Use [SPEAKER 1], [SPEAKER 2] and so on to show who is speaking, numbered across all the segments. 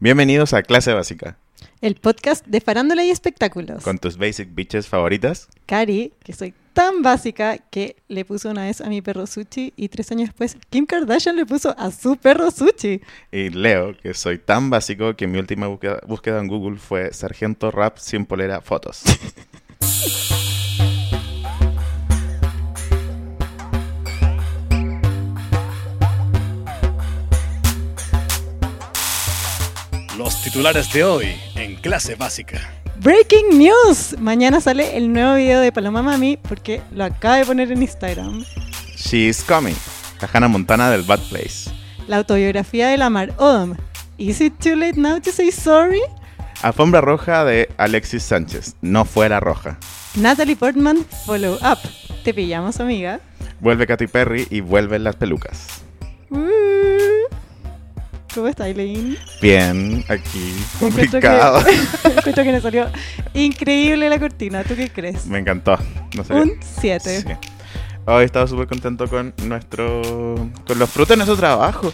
[SPEAKER 1] Bienvenidos a Clase Básica,
[SPEAKER 2] El podcast de farándula y espectáculos.
[SPEAKER 1] con tus basic bitches favoritas.
[SPEAKER 2] Cari, que soy tan básica que le puso una vez a mi perro Sushi y tres años después Kim Kardashian le puso a su perro Sushi.
[SPEAKER 1] Y Leo, que soy tan básico que mi última búsqueda, búsqueda en Google fue Sargento Rap sin polera fotos.
[SPEAKER 3] Los titulares de hoy en clase básica.
[SPEAKER 2] Breaking news. Mañana sale el nuevo video de Paloma Mami porque lo acaba de poner en Instagram.
[SPEAKER 1] She's coming. La Hannah Montana del Bad Place.
[SPEAKER 2] La autobiografía de Lamar Odom. Is it too late now to say sorry?
[SPEAKER 1] Alfombra roja de Alexis Sánchez. No fue la roja.
[SPEAKER 2] Natalie Portman follow up. Te pillamos, amiga.
[SPEAKER 1] Vuelve Katy Perry y vuelven las pelucas.
[SPEAKER 2] Uh. ¿Cómo está, Eileen?
[SPEAKER 1] Bien, aquí
[SPEAKER 2] Encuentro
[SPEAKER 1] complicado.
[SPEAKER 2] que- encuentro que nos salió increíble la cortina. ¿Tú qué crees?
[SPEAKER 1] Me encantó. No sé.
[SPEAKER 2] Un 7.
[SPEAKER 1] Sí. Hoy he estado súper contento con nuestro. con los frutos de nuestro trabajo.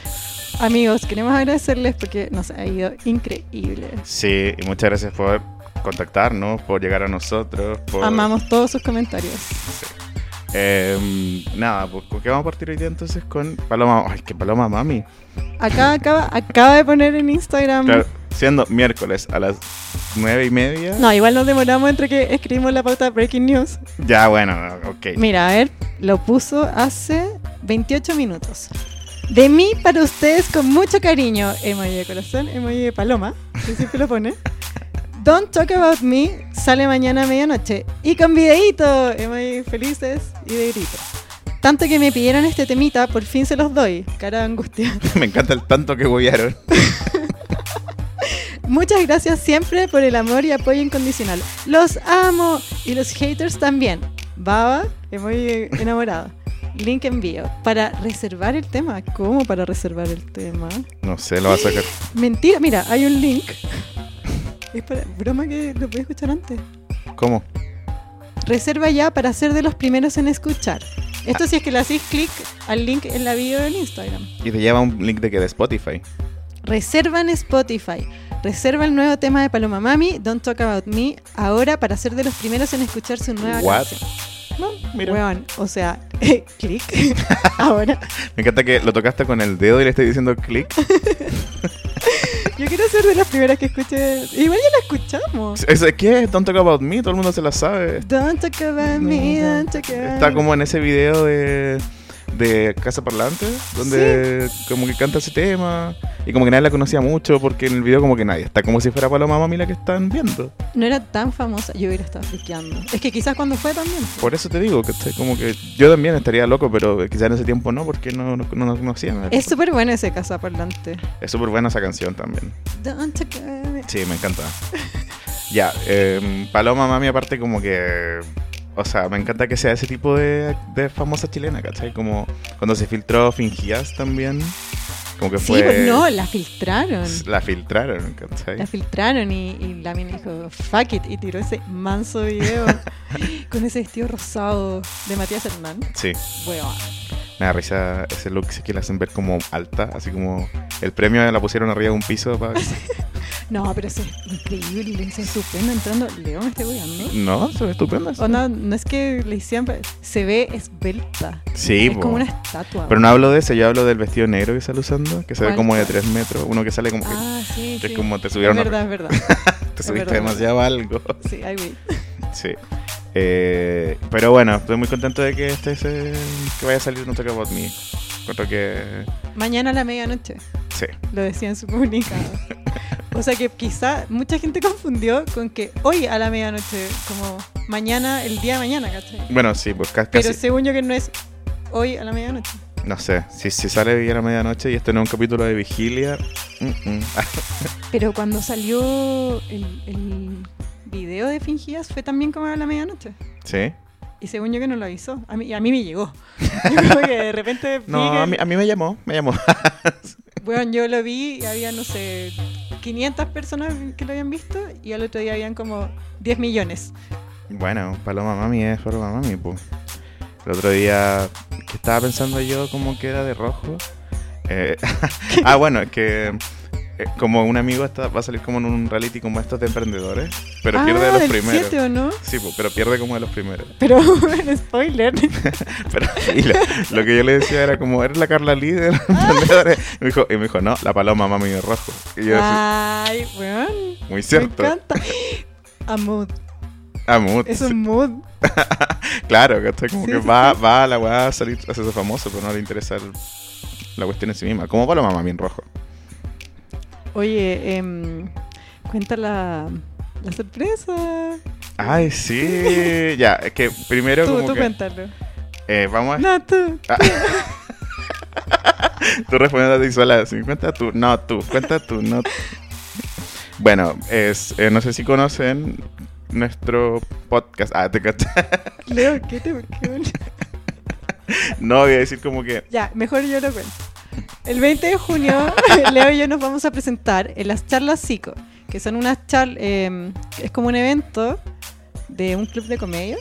[SPEAKER 2] Amigos, queremos agradecerles porque nos ha ido increíble.
[SPEAKER 1] Sí, y muchas gracias por contactarnos, por llegar a nosotros, por...
[SPEAKER 2] Amamos todos sus comentarios.
[SPEAKER 1] Em, nada, pues ¿con qué vamos a partir hoy día entonces con Paloma... Ay, que Paloma Mami.
[SPEAKER 2] Acá acaba, acaba de poner en Instagram.
[SPEAKER 1] Claro, siendo miércoles a las nueve y media.
[SPEAKER 2] No, igual nos demoramos entre que escribimos la pauta de Breaking News.
[SPEAKER 1] Ya, bueno, ok.
[SPEAKER 2] Mira, a ver, lo puso hace 28 minutos. De mí para ustedes con mucho cariño, emoji de corazón, emoji de paloma, que siempre lo pone. Don't Talk About Me sale mañana a medianoche y con videíto, emoji felices y de grito. Tanto que me pidieron este temita, por fin se los doy, cara de angustia.
[SPEAKER 1] Me encanta el tanto que huevearon.
[SPEAKER 2] Muchas gracias siempre por el amor y apoyo incondicional. Los amo y los haters también. Baba, muy enamorado. Link envío para reservar el tema. ¿Cómo para reservar el tema?
[SPEAKER 1] No sé, lo va a sacar.
[SPEAKER 2] Mentira, mira, hay un link. Es para, broma que lo pude escuchar antes.
[SPEAKER 1] ¿Cómo?
[SPEAKER 2] Reserva ya para ser de los primeros en escuchar. Esto si es que le hacéis clic al link en la video en Instagram.
[SPEAKER 1] Y te lleva un link de que de Spotify.
[SPEAKER 2] Reserva en Spotify. Reserva el nuevo tema de Paloma Mami, Don't Talk About Me, ahora para ser de los primeros en escuchar su nueva
[SPEAKER 1] What?
[SPEAKER 2] canción. No,
[SPEAKER 1] Mira.
[SPEAKER 2] weón, o sea, clic. ahora.
[SPEAKER 1] Me encanta que lo tocaste con el dedo y le estoy diciendo clic.
[SPEAKER 2] Yo quiero ser de las primeras que escuche. Igual ya la escuchamos.
[SPEAKER 1] Es- ¿Qué es Don't Talk About Me? Todo el mundo se la sabe.
[SPEAKER 2] Don't talk about me, don't talk about
[SPEAKER 1] Está
[SPEAKER 2] me.
[SPEAKER 1] como en ese video de, de Casa Parlante, donde como que canta ese tema y como que nadie la conocía mucho porque en el video como que nadie. Está como si fuera Paloma Mami la que están viendo.
[SPEAKER 2] No era tan famosa, yo hubiera estado friqueando. Es que quizás cuando fue también.
[SPEAKER 1] Por eso te digo, que como que yo también estaría loco, pero quizás en ese tiempo no, porque no, no, no nos conocían.
[SPEAKER 2] Es súper bueno ese cazaparlante.
[SPEAKER 1] Es súper buena esa canción también.
[SPEAKER 2] Don't talk about me.
[SPEAKER 1] Sí, me encanta. ya, em, Paloma Mami aparte como que... O sea, me encanta que sea ese tipo de, de famosa chilena, ¿cachai? Como cuando se filtró Fingías también. Como que
[SPEAKER 2] Sí,
[SPEAKER 1] fue...
[SPEAKER 2] pues no, la filtraron.
[SPEAKER 1] La filtraron, ¿cachai?
[SPEAKER 2] La filtraron y, y la mina dijo, fuck it, y tiró ese manso video con ese vestido rosado de Matías Hernán.
[SPEAKER 1] Sí,
[SPEAKER 2] Weón.
[SPEAKER 1] me da risa ese look sí que la hacen ver como alta, así como el premio eh, la pusieron arriba de un piso. pa-
[SPEAKER 2] No, pero eso es increíble, se estupendo entrando. León, me estoy cuidando.
[SPEAKER 1] No, son estupendas.
[SPEAKER 2] O no, no es que le hicieron, pero se ve esbelta.
[SPEAKER 1] Sí,
[SPEAKER 2] es
[SPEAKER 1] po.
[SPEAKER 2] como una estatua.
[SPEAKER 1] pero no hablo de eso, yo hablo del vestido negro que sale usando, que se ve
[SPEAKER 2] ¿Cuál?
[SPEAKER 1] como de 3 metros, uno que sale como que
[SPEAKER 2] Ah, sí,
[SPEAKER 1] que
[SPEAKER 2] sí.
[SPEAKER 1] como te subieron
[SPEAKER 2] Es
[SPEAKER 1] a-
[SPEAKER 2] verdad, es verdad.
[SPEAKER 1] te subiste
[SPEAKER 2] verdad.
[SPEAKER 1] demasiado a algo.
[SPEAKER 2] Sí, I will.
[SPEAKER 1] Sí. Eh, pero bueno, estoy muy contento de que este se- que vaya a salir No Talk About Me. Creo que...
[SPEAKER 2] Mañana a la medianoche.
[SPEAKER 1] Sí.
[SPEAKER 2] lo decía en su comunicado. O sea que quizá mucha gente confundió con que hoy a la medianoche, como mañana, el día de mañana, ¿cachai?
[SPEAKER 1] Bueno, sí, pues ca-
[SPEAKER 2] Pero
[SPEAKER 1] casi...
[SPEAKER 2] según yo que no es hoy a la medianoche.
[SPEAKER 1] No sé, si, si sale bien a la medianoche y este no es un capítulo de vigilia... mm, mm.
[SPEAKER 2] Pero cuando salió el, el video de Fingías fue también como a la medianoche.
[SPEAKER 1] Sí.
[SPEAKER 2] Y según yo que no lo avisó. A mí, y a mí me llegó. Yo como que de repente... vi
[SPEAKER 1] No,
[SPEAKER 2] que-
[SPEAKER 1] a mí, a mí me llamó, me llamó.
[SPEAKER 2] Bueno, yo lo vi y había, no sé, 500 personas que lo habían visto y al otro día habían como 10 millones.
[SPEAKER 1] Bueno, Paloma Mami es Paloma Mami, pues. El otro día que estaba pensando yo cómo queda de rojo. Eh, ah, bueno, es que eh, como un amigo está, va a salir como en un reality como estos de emprendedores, pero
[SPEAKER 2] Ah,
[SPEAKER 1] pierde de los
[SPEAKER 2] del
[SPEAKER 1] primeros.
[SPEAKER 2] siete, ¿o no?
[SPEAKER 1] Sí, po, pero pierde como de los primeros.
[SPEAKER 2] Pero un spoiler.
[SPEAKER 1] Pero, y lo, lo que yo le decía era como, eres la Carla Lee de los
[SPEAKER 2] Ah.
[SPEAKER 1] emprendedores. Y me dijo, y me dijo, no, la paloma mami de rojo. Y yo así,
[SPEAKER 2] Ay, weón.
[SPEAKER 1] muy cierto.
[SPEAKER 2] Ah, Me encanta. A mood.
[SPEAKER 1] Ah, mut,
[SPEAKER 2] Es
[SPEAKER 1] sí,
[SPEAKER 2] un mood.
[SPEAKER 1] Claro, ¿cachai? Como
[SPEAKER 2] Sí,
[SPEAKER 1] que
[SPEAKER 2] sí,
[SPEAKER 1] va, va a la weá a salir a hacerse famoso, pero no le interesa el- la cuestión en sí misma. Como paloma mami en rojo.
[SPEAKER 2] Oye, em, cuenta la, la sorpresa.
[SPEAKER 1] Ay, sí. ya, es que primero
[SPEAKER 2] tú,
[SPEAKER 1] como
[SPEAKER 2] tú
[SPEAKER 1] que,
[SPEAKER 2] cuéntalo.
[SPEAKER 1] eh, vamos a
[SPEAKER 2] No, tú.
[SPEAKER 1] Tú respondiendo a ti sola, sí, cuenta tú, no tú, cuenta tú, no tú. Bueno, es, eh, no sé si conocen nuestro podcast. Ah, te cachai.
[SPEAKER 2] Leo, ¿qué te qué bueno.
[SPEAKER 1] No, voy a decir como que.
[SPEAKER 2] Ya, mejor yo lo cuento. El 20 de junio, Leo y yo nos vamos a presentar en las charlas psico, que son unas charlas, es como un evento de un club de comedia,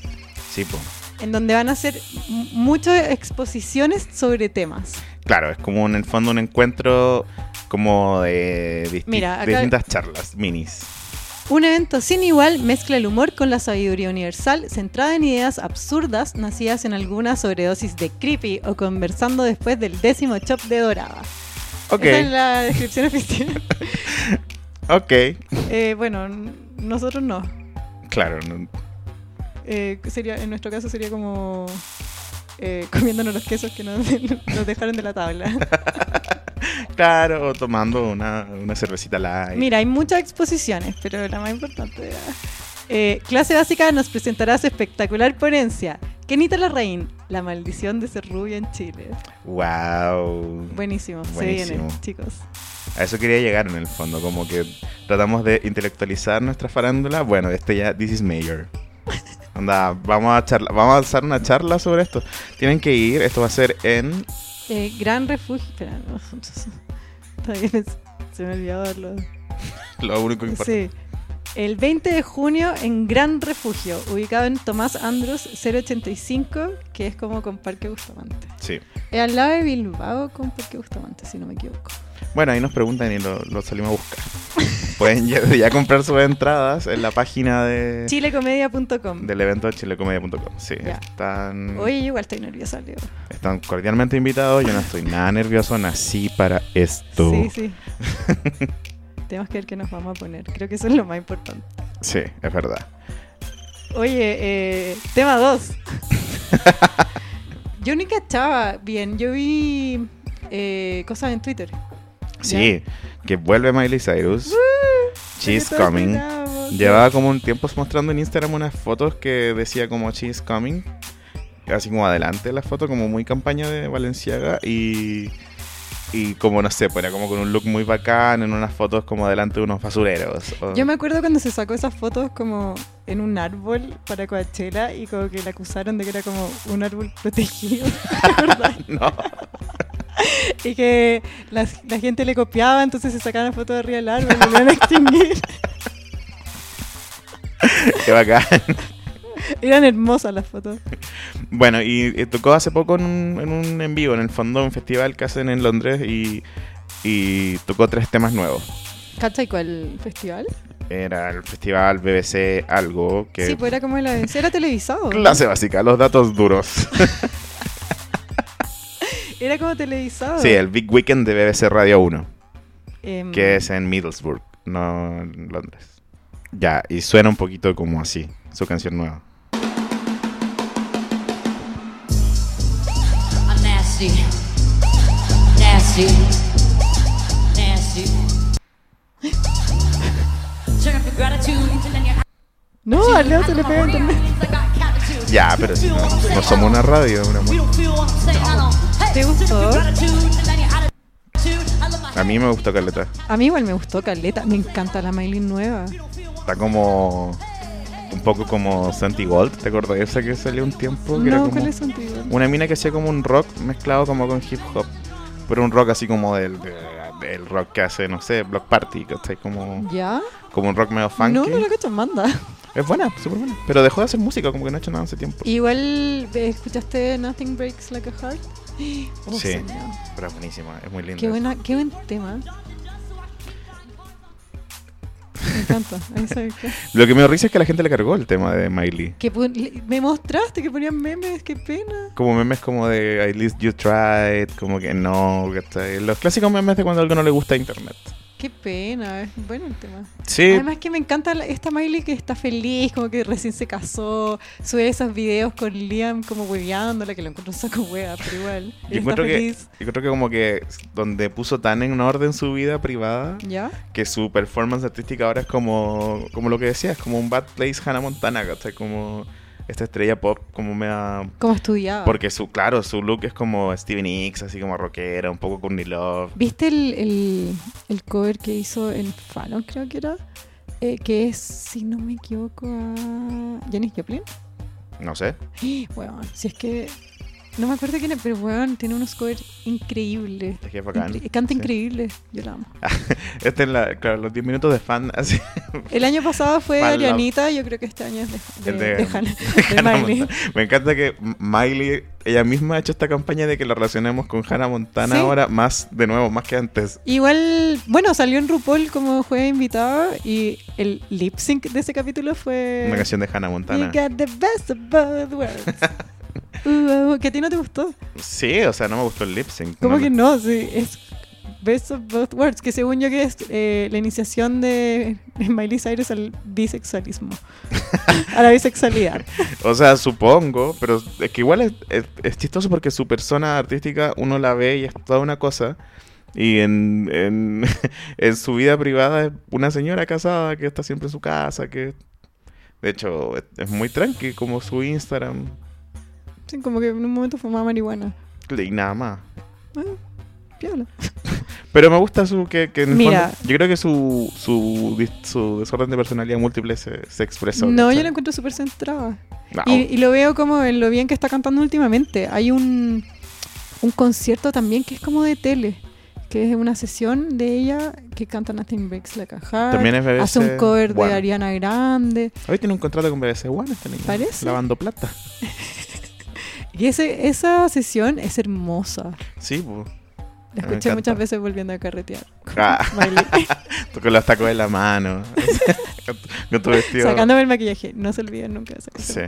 [SPEAKER 1] Sí, po.
[SPEAKER 2] en donde van a hacer m- muchas exposiciones sobre temas.
[SPEAKER 1] Claro, es como en el fondo un encuentro como de, disti-
[SPEAKER 2] Mira, acá-
[SPEAKER 1] distintas charlas, minis.
[SPEAKER 2] Un evento sin igual mezcla el humor con la sabiduría universal, centrada en ideas absurdas nacidas en alguna sobredosis de creepy o conversando después del décimo chop de dorada.
[SPEAKER 1] Ok,
[SPEAKER 2] Esa es la descripción oficial.
[SPEAKER 1] ok.
[SPEAKER 2] Eh, bueno, n- nosotros no.
[SPEAKER 1] Claro, no-
[SPEAKER 2] Eh, sería, en nuestro caso sería como eh, comiéndonos los quesos que nos, nos dejaron de la tabla.
[SPEAKER 1] claro, o tomando una, una cervecita light.
[SPEAKER 2] Mira, hay muchas exposiciones, pero la más importante era... Eh, clase básica nos presentará su espectacular ponencia. Kenita Larraín, La maldición de ser rubia en Chile.
[SPEAKER 1] Wow.
[SPEAKER 2] Buenísimo, se
[SPEAKER 1] Buenísimo.
[SPEAKER 2] viene, chicos.
[SPEAKER 1] A eso quería llegar en el fondo, como que tratamos de intelectualizar nuestra farándula. Bueno, este ya, this is major. Anda, vamos a charla, vamos a hacer una charla sobre esto. Tienen que ir, esto va a ser en...
[SPEAKER 2] Eh, gran refugio... espera, no, todavía me- se me olvidó darlo.
[SPEAKER 1] Lo único que importa.
[SPEAKER 2] Sí. El 20 de junio en Gran Refugio, ubicado en Tomás Andros 085, que es como con Parque Bustamante.
[SPEAKER 1] Sí.
[SPEAKER 2] Es al lado de Bilbao con Parque Bustamante, si no me equivoco.
[SPEAKER 1] Bueno, ahí nos preguntan y lo, lo salimos a buscar. Pueden ya, ya comprar sus entradas en la página de,
[SPEAKER 2] Chilecomedia.com.
[SPEAKER 1] del evento de chilecomedia.com. Sí,
[SPEAKER 2] Ya.
[SPEAKER 1] están,
[SPEAKER 2] Oye, yo igual estoy nerviosa, Leo.
[SPEAKER 1] están cordialmente invitados. Yo no estoy nada nervioso, nací para esto.
[SPEAKER 2] Sí, sí. Tenemos que ver qué nos vamos a poner. Creo que eso es lo más importante.
[SPEAKER 1] sí es verdad.
[SPEAKER 2] Oye, eh, tema 2. yo ni cachaba bien. Yo vi eh, cosas en Twitter.
[SPEAKER 1] Sí, que vuelve Miley Cyrus. She's
[SPEAKER 2] Porque todos
[SPEAKER 1] coming.
[SPEAKER 2] esperábamos.
[SPEAKER 1] Llevaba como un tiempo mostrando en Instagram unas fotos que decía como She's coming. Así como adelante la foto, como muy campaña de Valenciaga. Y, y como no sé, pues era como con un look muy bacán en unas fotos como adelante de unos basureros. o-
[SPEAKER 2] Yo me acuerdo cuando se sacó esas fotos como en un árbol para Coachella y como que la acusaron de que era como un árbol protegido. ¿te acordás?
[SPEAKER 1] No,
[SPEAKER 2] y que la, la gente le copiaba, entonces se sacaban fotos de arriba del árbol y lo iban a extinguir.
[SPEAKER 1] qué bacán.
[SPEAKER 2] Eran hermosas las fotos.
[SPEAKER 1] Bueno, y, eh, tocó hace poco en un, en un en vivo, en el fondo, un festival que hacen en Londres y, y tocó tres temas nuevos.
[SPEAKER 2] ¿Cachai cuál festival?
[SPEAKER 1] Era el festival BBC algo que
[SPEAKER 2] Sí, pues era como la BBC, era televisado. ¿no?
[SPEAKER 1] Clase básica, los datos duros.
[SPEAKER 2] Era como televisado.
[SPEAKER 1] Sí, el Big Weekend de BBC Radio 1,
[SPEAKER 2] Em,
[SPEAKER 1] que es en Middlesbrough, no en Londres. Ya, y suena un poquito como así, su canción nueva.
[SPEAKER 4] I'm nasty. Nasty. Nasty. Turn up your gratitude.
[SPEAKER 2] Ah, No, a Leo se le pega internet.
[SPEAKER 1] Ya, pero si no, no somos una radio, una mu-
[SPEAKER 2] ¿Te gustó?
[SPEAKER 1] A mí me gustó Caleta.
[SPEAKER 2] A mí igual me gustó Caleta, me encanta la Maylin nueva.
[SPEAKER 1] Está como. Un poco como Santi Gold, ¿te acordás de esa que salió un tiempo? Que era
[SPEAKER 2] No,
[SPEAKER 1] como
[SPEAKER 2] ¿cuál es su antiguo?
[SPEAKER 1] Una mina que hacía como un rock mezclado como con hip hop. Pero un rock así como del, del rock que hace, no sé, Block Party, ¿cachai? Como,
[SPEAKER 2] ¿Ya?
[SPEAKER 1] como un rock medio funky.
[SPEAKER 2] No, no la cacho, manda.
[SPEAKER 1] Es buena, súper buena. Pero dejó de hacer música, como que no ha hecho nada hace tiempo.
[SPEAKER 2] Igual eh, escuchaste Nothing Breaks Like a Heart. Oh,
[SPEAKER 1] Sí.
[SPEAKER 2] Señor.
[SPEAKER 1] Pero es buenísima, es muy linda.
[SPEAKER 2] Qué, buena, qué buen tema. me encanta. Ahí soy-
[SPEAKER 1] Lo que me dio risa es que a la gente le cargó el tema de Miley.
[SPEAKER 2] Que pon- le- me mostraste que ponían memes, qué pena.
[SPEAKER 1] Como memes como de At least you tried, como que no, ¿cachai? Los clásicos memes de cuando algo no le gusta a internet.
[SPEAKER 2] Qué pena, es bueno el tema.
[SPEAKER 1] Sí,
[SPEAKER 2] Además que me encanta la- esta Miley que está feliz, como que recién se casó, sube esos videos con Liam como hueveándola, que lo encuentro un saco hueá, pero igual.
[SPEAKER 1] yo
[SPEAKER 2] Ella
[SPEAKER 1] encuentro,
[SPEAKER 2] está
[SPEAKER 1] que,
[SPEAKER 2] feliz.
[SPEAKER 1] yo creo que como que donde puso tan en orden su vida privada,
[SPEAKER 2] ¿Ya?
[SPEAKER 1] que su performance artística ahora es como, como lo que decías, como un Bad Place Hannah Montana, ¿cachai? Como esta estrella pop, como me da...
[SPEAKER 2] Como estudiaba.
[SPEAKER 1] Porque su, claro, su look es como Steven Nicks, así como rockera, un poco Courtney Love.
[SPEAKER 2] ¿Viste el, el- el cover que hizo en Fallon, creo que era? Eh, que es, si no me equivoco, a... ¿Janis Joplin?
[SPEAKER 1] No sé.
[SPEAKER 2] Weón, si es que... No me acuerdo quién es, pero weón, tiene unos covers increíbles.
[SPEAKER 1] Es que es bacán.
[SPEAKER 2] Incre- canta
[SPEAKER 1] Sí.
[SPEAKER 2] increíble, yo la amo.
[SPEAKER 1] Este es la, claro, los 10 minutos de fan, así.
[SPEAKER 2] El año pasado fue
[SPEAKER 1] Pal-
[SPEAKER 2] Arianita, yo creo que este año es de,
[SPEAKER 1] El
[SPEAKER 2] de,
[SPEAKER 1] de-
[SPEAKER 2] de Hannah- de
[SPEAKER 1] Hannah
[SPEAKER 2] Miley.
[SPEAKER 1] Montana. Me encanta que Miley, ella misma ha hecho esta campaña de que la relacionemos con Hannah Montana
[SPEAKER 2] Sí.
[SPEAKER 1] ahora más, de nuevo, más que antes.
[SPEAKER 2] Igual, bueno, salió en RuPaul como juez invitado y el lip sync de ese capítulo fue...
[SPEAKER 1] Una canción de Hannah Montana.
[SPEAKER 2] You got the best of both worlds. Uh, uh, que a ti no te gustó.
[SPEAKER 1] Sí, o sea, no me gustó el lip sync.
[SPEAKER 2] ¿Cómo
[SPEAKER 1] no
[SPEAKER 2] que
[SPEAKER 1] me-
[SPEAKER 2] no? Sí, es best of both worlds, que según yo que es eh, la iniciación de Miley Cyrus al bisexualismo, a la bisexualidad.
[SPEAKER 1] O sea, supongo, pero es que igual es, es- es chistoso porque su persona artística uno la ve y es toda una cosa. Y en, en, en su vida privada es una señora casada que está siempre en su casa, que de hecho es, es muy tranqui, como su Instagram
[SPEAKER 2] Sí, como que en un momento fumaba marihuana.
[SPEAKER 1] y nada más.
[SPEAKER 2] Piola.
[SPEAKER 1] Pero me gusta su que, que en el
[SPEAKER 2] Mira.
[SPEAKER 1] fondo- yo creo que su, su, dis- su desorden de personalidad múltiple se, se expresó.
[SPEAKER 2] No, yo
[SPEAKER 1] ¿cachai?
[SPEAKER 2] la encuentro súper centrada.
[SPEAKER 1] No.
[SPEAKER 2] Y, y lo veo como en lo bien que está cantando últimamente. Hay un, un concierto también que es como de tele, que es una sesión de ella que canta Nothing Breaks Like a Heart.
[SPEAKER 1] También es BBC
[SPEAKER 2] Hace un cover
[SPEAKER 1] One.
[SPEAKER 2] de Ariana Grande.
[SPEAKER 1] Hoy tiene un contrato con BBC One esta niña.
[SPEAKER 2] Parece.
[SPEAKER 1] Lavando plata.
[SPEAKER 2] Y ese, esa sesión es hermosa.
[SPEAKER 1] Sí, pues.
[SPEAKER 2] La
[SPEAKER 1] Me
[SPEAKER 2] escuché
[SPEAKER 1] encanta.
[SPEAKER 2] muchas veces volviendo a carretear.
[SPEAKER 1] Ah.
[SPEAKER 2] Miley,
[SPEAKER 1] Con los tacos de la mano. con, tu, con tu vestido.
[SPEAKER 2] Sacándome el maquillaje. No se olviden nunca de esa cosa.
[SPEAKER 1] Sí.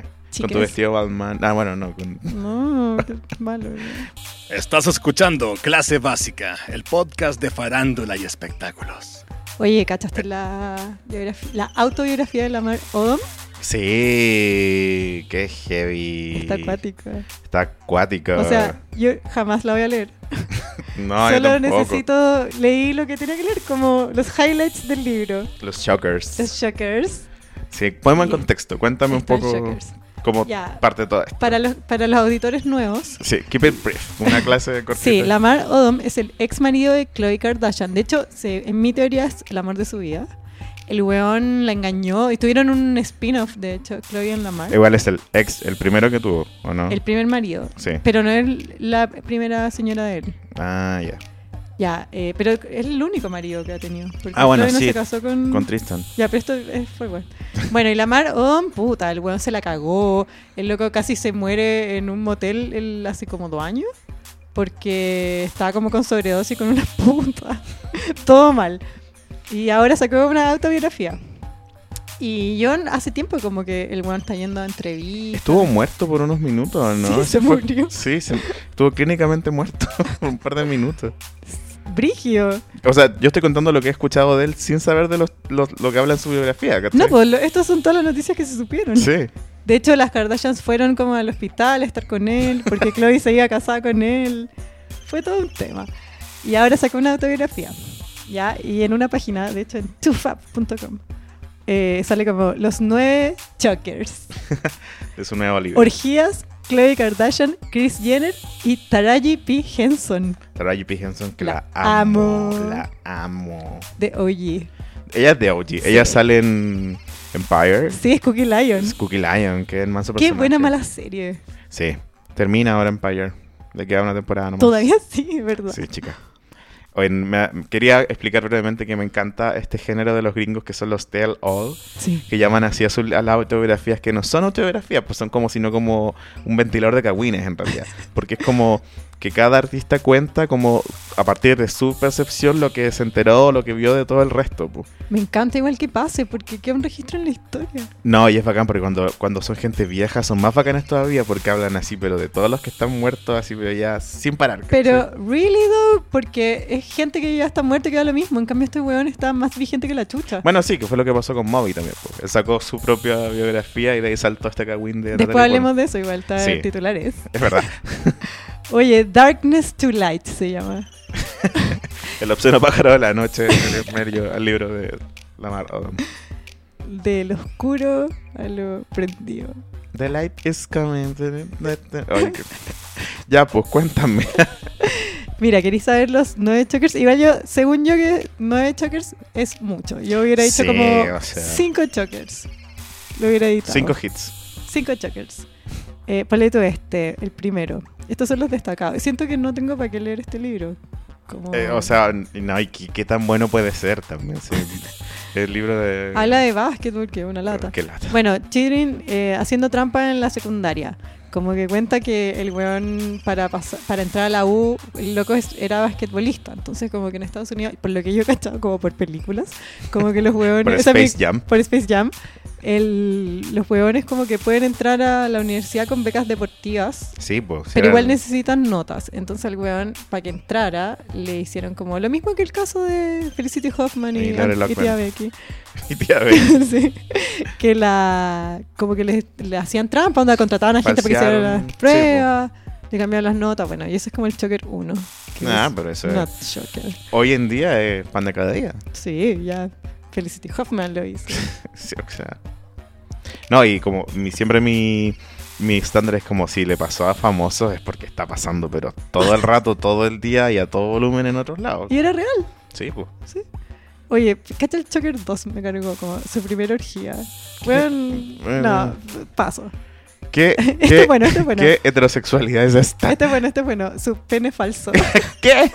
[SPEAKER 1] Con tu
[SPEAKER 2] Chicas.
[SPEAKER 1] vestido Batman. Ah, bueno, no. con-
[SPEAKER 2] No, qué malo. ¿no?
[SPEAKER 3] Estás escuchando Clase Básica, el podcast de farándula y espectáculos.
[SPEAKER 2] Oye, ¿cachaste la, biografía- la autobiografía de Lamar Odom?
[SPEAKER 1] Sí. Qué heavy.
[SPEAKER 2] Está acuática.
[SPEAKER 1] Está acuático.
[SPEAKER 2] O sea, yo jamás la voy a leer.
[SPEAKER 1] no, Ah, yo
[SPEAKER 2] Solo
[SPEAKER 1] tampoco.
[SPEAKER 2] necesito leí lo que tenía que leer, como los highlights del libro.
[SPEAKER 1] Los shockers.
[SPEAKER 2] Los shockers.
[SPEAKER 1] Sí, ponme en contexto. Cuéntame un
[SPEAKER 2] Están
[SPEAKER 1] poco
[SPEAKER 2] shockers.
[SPEAKER 1] cómo
[SPEAKER 2] Ya.
[SPEAKER 1] parte todo esto.
[SPEAKER 2] Para los, para los auditores nuevos.
[SPEAKER 1] Sí, keep it brief. Una clase cortita.
[SPEAKER 2] Sí, Lamar Odom es el ex marido de Khloe Kardashian. De hecho, se- en mi teoría es el amor de su vida. El weón la engañó y tuvieron un spin-off, de hecho, Khloe y Lamar.
[SPEAKER 1] Igual es el ex, el primero que tuvo, ¿o no?
[SPEAKER 2] El primer marido.
[SPEAKER 1] Sí.
[SPEAKER 2] Pero no es la primera señora de él.
[SPEAKER 1] Ah, ya.
[SPEAKER 2] Ya, eh, pero es el único marido que ha tenido. Porque
[SPEAKER 1] Ah, bueno,
[SPEAKER 2] Khloe no
[SPEAKER 1] sí.
[SPEAKER 2] se casó con,
[SPEAKER 1] Con Tristan.
[SPEAKER 2] Ya, pero esto es- fue bueno. Bueno, y Lamar Odom, puta, el weón se la cagó. El loco casi se muere en un motel el- hace como dos años. Porque estaba como con sobredosis con una puta. Todo mal. Y ahora sacó una autobiografía. Y yo hace tiempo como que el weón está yendo a entrevistas.
[SPEAKER 1] Estuvo muerto por unos minutos, ¿no?
[SPEAKER 2] Sí, se
[SPEAKER 1] Ese fue-
[SPEAKER 2] murió.
[SPEAKER 1] Sí, se- estuvo clínicamente muerto por un par de minutos.
[SPEAKER 2] Brigio.
[SPEAKER 1] O sea, yo estoy contando lo que he escuchado de él sin saber de los, los- lo que habla en su biografía, ¿cachai?
[SPEAKER 2] No, pues lo- estas son todas las noticias que se supieron.
[SPEAKER 1] Sí.
[SPEAKER 2] De hecho, las Kardashians fueron como al hospital a estar con él, porque Chloe seguía casada con él. Fue todo un tema. Y ahora sacó una autobiografía. ¿ya? Y en una página, de hecho en tufap.com, eh, sale como los nueve chokers.
[SPEAKER 1] Es un nuevo libro.
[SPEAKER 2] Orgías, Chloe Kardashian, Chris Jenner y Taraji P. Henson
[SPEAKER 1] Taraji P. Henson, que la,
[SPEAKER 2] La
[SPEAKER 1] amo,
[SPEAKER 2] amo.
[SPEAKER 1] La amo.
[SPEAKER 2] de OG.
[SPEAKER 1] Ella es de OG. Ella sale en Empire.
[SPEAKER 2] Sí, es Cookie Lion.
[SPEAKER 1] Es Cookie Lion, que es el manso
[SPEAKER 2] Qué
[SPEAKER 1] personaje.
[SPEAKER 2] buena mala serie.
[SPEAKER 1] Sí. Termina ahora Empire. Le queda una temporada nomás.
[SPEAKER 2] Todavía sí, ¿verdad?
[SPEAKER 1] Sí, chica. Oye, me- quería explicar brevemente que me encanta este género de los gringos que son los tell all,
[SPEAKER 2] Sí.
[SPEAKER 1] que llaman así a, su- a las autobiografías que no son autobiografías, pues son como, sino como un ventilador de cagüines en realidad. Porque es como, que cada artista cuenta como a partir de su percepción lo que se enteró, lo que vio de todo el resto. pues. po.
[SPEAKER 2] Me encanta igual que pase, porque queda un registro en la historia.
[SPEAKER 1] No, y es bacán porque cuando, cuando son gente vieja son más bacanes todavía porque hablan así, pero de todos los que están muertos, así, pero ya sin parar. ¿cachai?
[SPEAKER 2] Pero, really though, porque es gente que ya está muerta y queda lo mismo. En cambio, este weón está más vigente que la chucha.
[SPEAKER 1] Bueno, sí, que fue lo que pasó con Moby también. po. Él sacó su propia biografía y de ahí saltó hasta Cagüín de Natalie
[SPEAKER 2] Después hablemos de eso, igual está
[SPEAKER 1] Sí.
[SPEAKER 2] en titulares.
[SPEAKER 1] Portman. Es verdad,
[SPEAKER 2] Oye, Darkness to Light se llama.
[SPEAKER 1] el obsceno pájaro de la noche, el primer al libro de Lamar Odom.
[SPEAKER 2] Del oscuro a lo prendido.
[SPEAKER 1] The light is coming. Oye, que- Ya, pues cuéntame.
[SPEAKER 2] Mira, ¿queréis saber los nueve chokers? Igual yo, según yo, que nueve chokers es mucho. Yo hubiera dicho
[SPEAKER 1] Sí,
[SPEAKER 2] como
[SPEAKER 1] o sea.
[SPEAKER 2] cinco chokers. Lo hubiera editado.
[SPEAKER 1] Cinco hits.
[SPEAKER 2] Cinco chokers. Eh, ponle tú este, el primero. Estos son los destacados. Siento que no tengo para qué leer este libro. Como...
[SPEAKER 1] Eh, o sea, no, y qué, qué tan bueno puede ser también. sí. El libro de.
[SPEAKER 2] Habla de básquetbol, que es una lata.
[SPEAKER 1] Qué lata.
[SPEAKER 2] Bueno, Chidrin eh, haciendo trampa en la secundaria. Como que cuenta que el weón para, pas- para entrar a la U, el loco es- era basquetbolista. Entonces, como que en Estados Unidos, por lo que yo he cachado, como por películas, como que los weones.
[SPEAKER 1] Por
[SPEAKER 2] o sea, mi-
[SPEAKER 1] Space Jam.
[SPEAKER 2] por Space Jam, el- los weones como que pueden entrar a la universidad con becas deportivas.
[SPEAKER 1] Sí, pues.
[SPEAKER 2] Pero
[SPEAKER 1] era-
[SPEAKER 2] igual necesitan notas. Entonces al weón, para que entrara, le hicieron como lo mismo que el caso de Felicity Hoffman y,
[SPEAKER 1] Y Lori
[SPEAKER 2] y
[SPEAKER 1] Lockman.
[SPEAKER 2] Tía Becky.
[SPEAKER 1] Y tía, a ver,
[SPEAKER 2] Sí. Que la. Como que les- le, hacían trampa, onda, contrataban a gente para que hicieran
[SPEAKER 1] Falsearon,
[SPEAKER 2] las pruebas, le cambiaban las notas. Bueno, y ese es como el Choker 1. que
[SPEAKER 1] Nah,
[SPEAKER 2] es
[SPEAKER 1] Ah, pero eso es-
[SPEAKER 2] Not Shocker.
[SPEAKER 1] Hoy en día es pan de cada día.
[SPEAKER 2] Sí, ya. Felicity Hoffman lo hizo.
[SPEAKER 1] Sí, o sea. No, y como mi- siempre mi, mi estándar es como si le pasó a famosos es porque está pasando, pero todo el rato, todo el día y a todo volumen en otros lados.
[SPEAKER 2] Y era real.
[SPEAKER 1] Sí, pues.
[SPEAKER 2] Oye, cacha el Choker 2 me cargó como su primera orgía. Weón.
[SPEAKER 1] Bueno.
[SPEAKER 2] No, paso.
[SPEAKER 1] ¿Qué,
[SPEAKER 2] Este
[SPEAKER 1] qué-
[SPEAKER 2] es bueno, este es bueno.
[SPEAKER 1] qué heterosexualidad es esta?
[SPEAKER 2] Este es bueno, este es bueno. Su pene falso.
[SPEAKER 1] ¿Qué?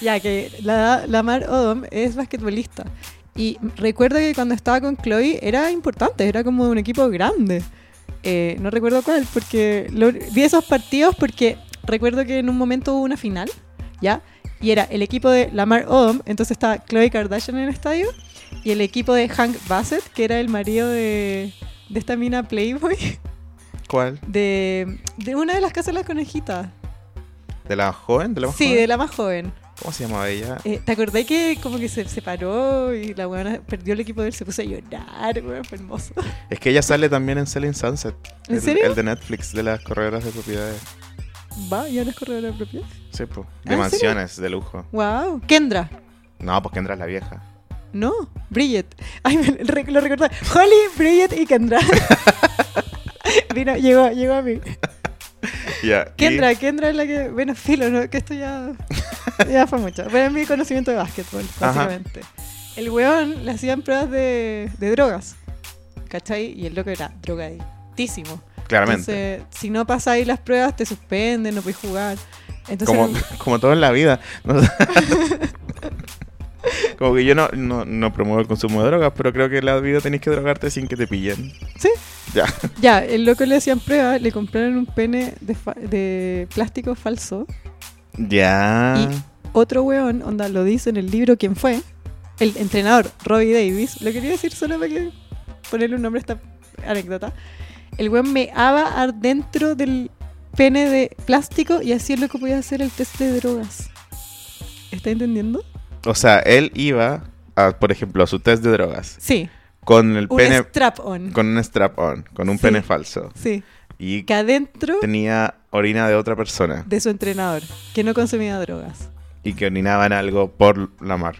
[SPEAKER 2] Ya que la Lamar Odom es basquetbolista. Y recuerdo que cuando estaba con Chloe era importante, era como un equipo grande. Eh, no recuerdo cuál, porque lo- vi esos partidos porque recuerdo que en un momento hubo una final, ¿ya? Y era el equipo de Lamar Odom, entonces estaba Chloe Kardashian en el estadio, y el equipo de Hank Bassett, que era el marido de, de esta mina Playboy,
[SPEAKER 1] ¿Cuál?
[SPEAKER 2] de, de una de las casas de las conejitas.
[SPEAKER 1] ¿De la joven? ¿De la más
[SPEAKER 2] Sí,
[SPEAKER 1] joven?
[SPEAKER 2] de la más joven.
[SPEAKER 1] ¿Cómo se llamaba ella?
[SPEAKER 2] Eh, ¿Te acordás que como que se separó y la weona perdió el equipo de él? Se puso a llorar, weón, fue hermoso.
[SPEAKER 1] Es que ella sale también en Selling Sunset.
[SPEAKER 2] ¿En
[SPEAKER 1] el,
[SPEAKER 2] serio?
[SPEAKER 1] El de Netflix, de las corredoras de propiedades.
[SPEAKER 2] Va, y ahora es corredora propia.
[SPEAKER 1] Sí, pues.
[SPEAKER 2] ¿Ah, ¿en
[SPEAKER 1] De
[SPEAKER 2] serio?
[SPEAKER 1] mansiones, de lujo.
[SPEAKER 2] Wow. Kendra.
[SPEAKER 1] No, pues Kendra es la vieja.
[SPEAKER 2] No, Bridget. Ay, me lo rec- lo recordaba. Holly, Bridget y Kendra. Vino, llegó, llegó a mí.
[SPEAKER 1] Ya, y-
[SPEAKER 2] Kendra, Kendra es la que. Bueno, filo, ¿no? que esto ya. Ya fue mucho. Bueno, es mi conocimiento de básquetbol,
[SPEAKER 1] Ajá.
[SPEAKER 2] básicamente. El weón le hacían pruebas de, de drogas. ¿Cachai? Y el loco era drogadictísimo.
[SPEAKER 1] Claramente.
[SPEAKER 2] Entonces, si no pasáis las pruebas, te suspenden, no podéis jugar. Entonces,
[SPEAKER 1] como, como todo en la vida. ¿no? como que yo no, no, no promuevo el consumo de drogas, pero creo que en la vida tenés que drogarte sin que te pillen.
[SPEAKER 2] Sí.
[SPEAKER 1] Ya.
[SPEAKER 2] ya, el loco le hacían pruebas, le compraron un pene de, fa- de plástico falso.
[SPEAKER 1] Ya.
[SPEAKER 2] Otro weón, onda, lo dice en el libro quién fue. El entrenador, Robbie Davis. Lo quería decir solo para que ponerle un nombre a esta anécdota. El weón meaba ar- dentro del pene de plástico y así es lo que podía hacer el test de drogas. ¿Está entendiendo?
[SPEAKER 1] O sea, él iba, a, por ejemplo, a su test de drogas
[SPEAKER 2] Sí.
[SPEAKER 1] con el
[SPEAKER 2] Un
[SPEAKER 1] pene,
[SPEAKER 2] strap-on.
[SPEAKER 1] con un strap-on, con un
[SPEAKER 2] Sí.
[SPEAKER 1] pene falso.
[SPEAKER 2] Sí.
[SPEAKER 1] Y
[SPEAKER 2] que adentro
[SPEAKER 1] tenía orina de otra persona
[SPEAKER 2] de su entrenador, que no consumía drogas.
[SPEAKER 1] y que orinaban algo por la mar.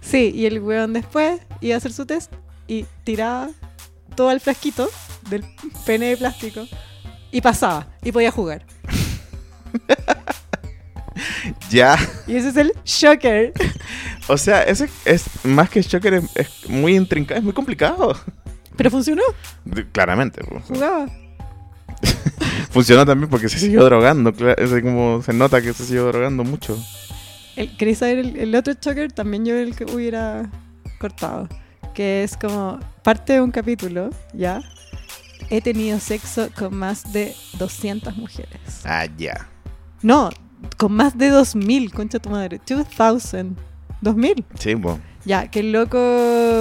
[SPEAKER 2] Sí, y el weón después iba a hacer su test y tiraba todo al frasquito del pene de plástico y pasaba y podía jugar.
[SPEAKER 1] Ya.
[SPEAKER 2] Y ese es el shocker.
[SPEAKER 1] O sea, ese es más que shocker, es, es muy intrincado, es muy complicado.
[SPEAKER 2] Pero funcionó,
[SPEAKER 1] De- Claramente. pues.
[SPEAKER 2] jugaba.
[SPEAKER 1] Funcionó también porque se siguió drogando. cla- es como se nota que se siguió drogando mucho.
[SPEAKER 2] El, ¿Queréis saber el, el otro shocker? También yo el que hubiera cortado. Que es como parte de un capítulo, ¿ya? he tenido sexo con más de 200 mujeres.
[SPEAKER 1] Ah, ya.
[SPEAKER 2] No, con más de 2000, concha tu madre. 2000. 2000.
[SPEAKER 1] Sí, po.
[SPEAKER 2] Ya, que el loco.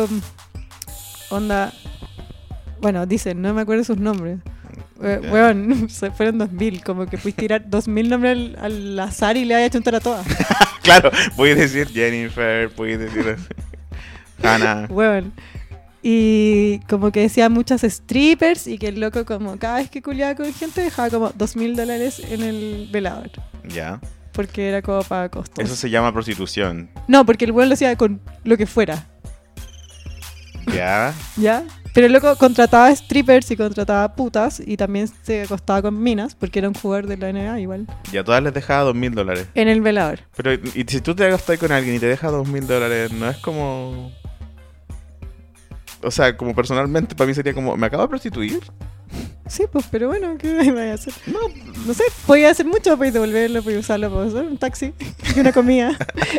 [SPEAKER 2] mm, Onda. Bueno, dicen, no me acuerdo sus nombres. Eh,
[SPEAKER 1] Ya.
[SPEAKER 2] Weón, se fueron 2000. Como que fuiste tirar 2000 nombres al, al azar y le haya chuntar a todas.
[SPEAKER 1] Claro, puedes decir Jennifer, puedes decir Hannah.
[SPEAKER 2] Weón. Y como que decía muchas strippers y que el loco, como cada vez que culiaba con gente, dejaba como 2000 dólares en el velador.
[SPEAKER 1] Ya.
[SPEAKER 2] Porque era como para costos.
[SPEAKER 1] Eso se llama prostitución.
[SPEAKER 2] No, porque el weón lo hacía con lo que fuera.
[SPEAKER 1] Ya.
[SPEAKER 2] ¿Ya? Pero el loco contrataba strippers y contrataba putas y también se acostaba con minas porque era un jugador de la NBA igual.
[SPEAKER 1] Y a todas les dejaba dos mil dólares.
[SPEAKER 2] En el velador.
[SPEAKER 1] Pero y si tú te gastas con alguien y te deja dos mil dólares, no es como. O sea, como personalmente para mí sería como, ¿me acabo de prostituir?
[SPEAKER 2] Sí, pues, pero bueno, ¿qué vaya a hacer? No, no sé, podía hacer mucho, podía devolverlo, podía usarlo, podía hacer un taxi y una comida.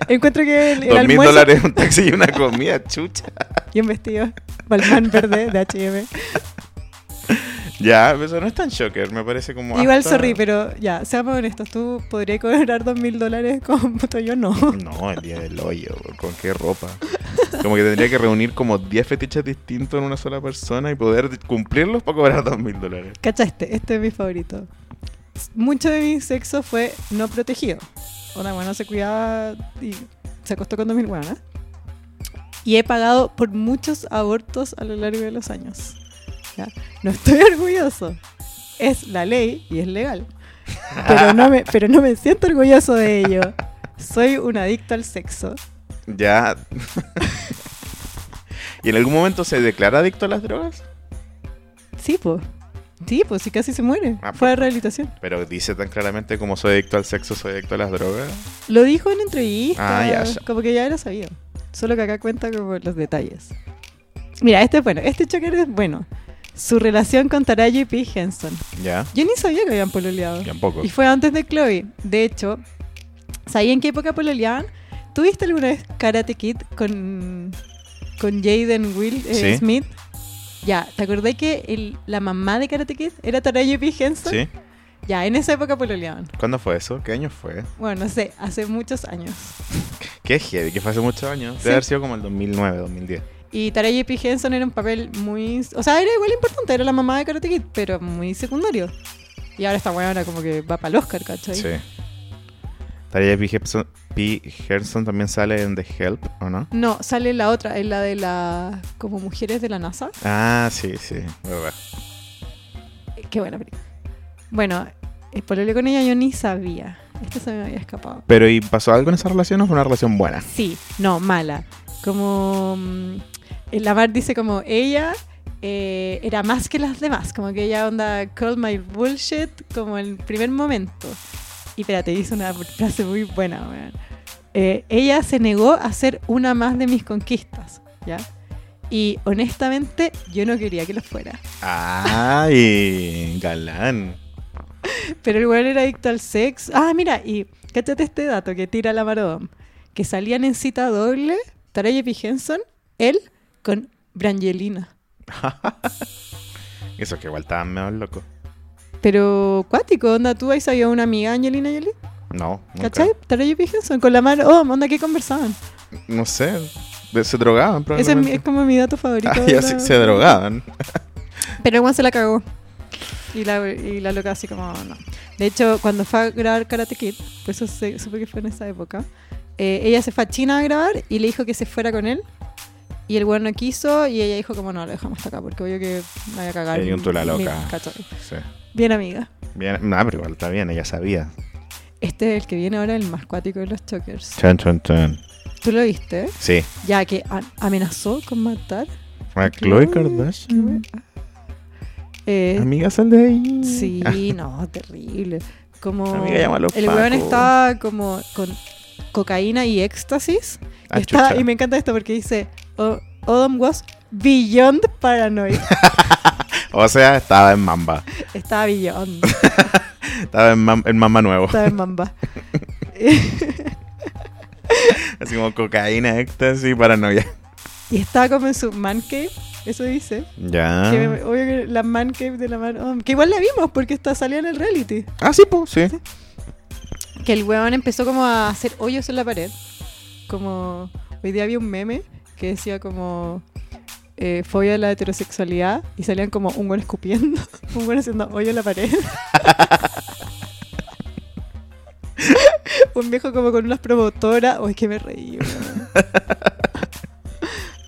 [SPEAKER 2] Encuentro que el, el
[SPEAKER 1] Dos mil
[SPEAKER 2] almuerzo
[SPEAKER 1] dólares, un taxi y una comida, chucha.
[SPEAKER 2] y un vestido, Balmán verde de H&M.
[SPEAKER 1] Ya, eso no es tan shocker, me parece como.
[SPEAKER 2] Igual,
[SPEAKER 1] hasta-
[SPEAKER 2] sorry, pero ya, seamos honestos, ¿tú podrías cobrar dos mil dólares con puto? Yo no.
[SPEAKER 1] No, el día del hoyo, con qué ropa. Como que tendría que reunir como 10 fetiches distintos en una sola persona y poder cumplirlos para cobrar dos mil dólares.
[SPEAKER 2] ¿Cachaste? Este es mi favorito. Mucho de mi sexo fue no protegido. Una buena se cuidaba y se acostó con 2000 buenas. Y he pagado por muchos abortos a lo largo de los años. Ya, No estoy orgulloso. Es la ley y es legal. Pero no me, pero no me siento orgulloso de ello. Soy un adicto al sexo.
[SPEAKER 1] Ya. ¿Y en algún momento se declara adicto a las drogas?
[SPEAKER 2] Sí, pues. Sí, pues, si casi se muere.
[SPEAKER 1] Ah,
[SPEAKER 2] Fue a rehabilitación.
[SPEAKER 1] Pero dice tan claramente como soy adicto al sexo, soy adicto a las drogas.
[SPEAKER 2] Lo dijo en entrevista.
[SPEAKER 1] Ah, ya, ya.
[SPEAKER 2] Como que ya era sabido. Solo que acá cuenta como los detalles. Mira, este es bueno. Este choker es bueno. Su relación con Taraji P. Henson.
[SPEAKER 1] Ya.
[SPEAKER 2] Yo ni sabía que habían pololeado.
[SPEAKER 1] Tampoco.
[SPEAKER 2] Y fue antes de Chloe. De hecho, ¿sabía en qué época pololeaban? ¿Tuviste alguna vez Karate Kid con, con Jaden Will eh,
[SPEAKER 1] Sí.
[SPEAKER 2] Smith? Ya, ¿te acordás que el- la mamá de Karate Kid era Taraji P. Henson?
[SPEAKER 1] ¿Sí?
[SPEAKER 2] Ya, en esa época pololeaban.
[SPEAKER 1] ¿Cuándo fue eso? ¿Qué año fue?
[SPEAKER 2] Bueno, no sé, hace muchos años.
[SPEAKER 1] Qué heavy, que fue hace muchos años. Debe
[SPEAKER 2] Sí.
[SPEAKER 1] haber sido como el 2009, 2010.
[SPEAKER 2] Y Taraji P. Henson era un papel muy... O sea, era igual importante, era la mamá de Karate Kid, pero muy secundario. Y ahora esta weona como que va para el Oscar, ¿cachai?
[SPEAKER 1] Sí. Tarea P. Hepson- P. Herson también sale en The Help, ¿o no?
[SPEAKER 2] No, sale la otra, es la de la... como Mujeres de la NASA.
[SPEAKER 1] Ah, sí, sí, verdad.
[SPEAKER 2] Eh, Qué buena película. Bueno, el pololeo con ella yo ni sabía. Esto se me había escapado.
[SPEAKER 1] Pero ¿y pasó algo en esa relación o fue una relación buena?
[SPEAKER 2] Sí, no, mala. Como... mm, el Lamar dice como ella... eh, era más que las demás, como que ella onda call my bullshit como el primer momento. Y espérate, hizo una frase muy buena, weón. Eh, ella se negó a ser una más de mis conquistas, ¿ya? Y honestamente yo no quería que lo fuera.
[SPEAKER 1] Ay, galán.
[SPEAKER 2] Pero el weón era adicto al sexo. Ah, mira, y cáchate este dato que tira la Marodom. Que salían en cita doble, Taraji P. Henson, él con Brangelina.
[SPEAKER 1] Eso que igual estaban medio locos.
[SPEAKER 2] Pero cuático, onda, tú ahí sabías una amiga Angelina Jolie,
[SPEAKER 1] No, nunca.
[SPEAKER 2] ¿cachai? Taraji P. Henson con la Marodom, onda, ¿qué conversaban?
[SPEAKER 1] No sé, de- se drogaban
[SPEAKER 2] Ese es, mi-
[SPEAKER 1] probablemente.
[SPEAKER 2] es como mi dato favorito.
[SPEAKER 1] Ah,
[SPEAKER 2] de
[SPEAKER 1] ya
[SPEAKER 2] la-
[SPEAKER 1] sí, se drogaban.
[SPEAKER 2] Pero el weón se la cagó. Y la, y la loca así como, no. De hecho, cuando fue a grabar Karate Kid, por eso se- supe que fue en esa época, eh, ella se fue a China a grabar y le dijo que se fuera con él. Y el weón no quiso y ella dijo como, no, lo dejamos hasta acá porque obvio que me voy a cagar.
[SPEAKER 1] Ahí junto a la
[SPEAKER 2] mi-
[SPEAKER 1] loca.
[SPEAKER 2] ¿cachai?
[SPEAKER 1] Sí.
[SPEAKER 2] Bien amiga.
[SPEAKER 1] Bien, no, pero igual está bien, ella sabía.
[SPEAKER 2] Este es el que viene ahora, el más cuático de los chokers.
[SPEAKER 1] Chan, chan, chan.
[SPEAKER 2] ¿Tú lo viste?
[SPEAKER 1] Sí,
[SPEAKER 2] Ya que a- amenazó con matar.
[SPEAKER 1] a Chloe
[SPEAKER 2] Uy,
[SPEAKER 1] Kardashian.
[SPEAKER 2] qué wea. Eh,
[SPEAKER 1] Amiga, sal de ahí.
[SPEAKER 2] Sí, no, terrible. Como
[SPEAKER 1] Ah. Amiga, llámalo
[SPEAKER 2] el weón
[SPEAKER 1] Paco.
[SPEAKER 2] estaba como con cocaína y éxtasis. Y
[SPEAKER 1] Ah,
[SPEAKER 2] estaba-
[SPEAKER 1] chucha.
[SPEAKER 2] y me encanta esto porque dice "O- Odom was beyond paranoid.
[SPEAKER 1] O sea, estaba en mamba.
[SPEAKER 2] estaba beyond,
[SPEAKER 1] Estaba en, mam- en mamba nuevo.
[SPEAKER 2] estaba en mamba.
[SPEAKER 1] Así como cocaína, éxtasis, paranoia.
[SPEAKER 2] y estaba como en su man cave Eso dice.
[SPEAKER 1] Ya.
[SPEAKER 2] Que me- obvio que la man cave de la man. oh, que igual la vimos porque está, salía en el reality.
[SPEAKER 1] Ah, sí, pues, sí.
[SPEAKER 2] Que el weón empezó como a hacer hoyos en la pared. Como. Hoy día había un meme que decía como. Eh, fobia a la heterosexualidad y salían como un weón escupiendo, un weón haciendo hoyo en la pared. un viejo como con unas promotoras. Oh, es que me reí. weón.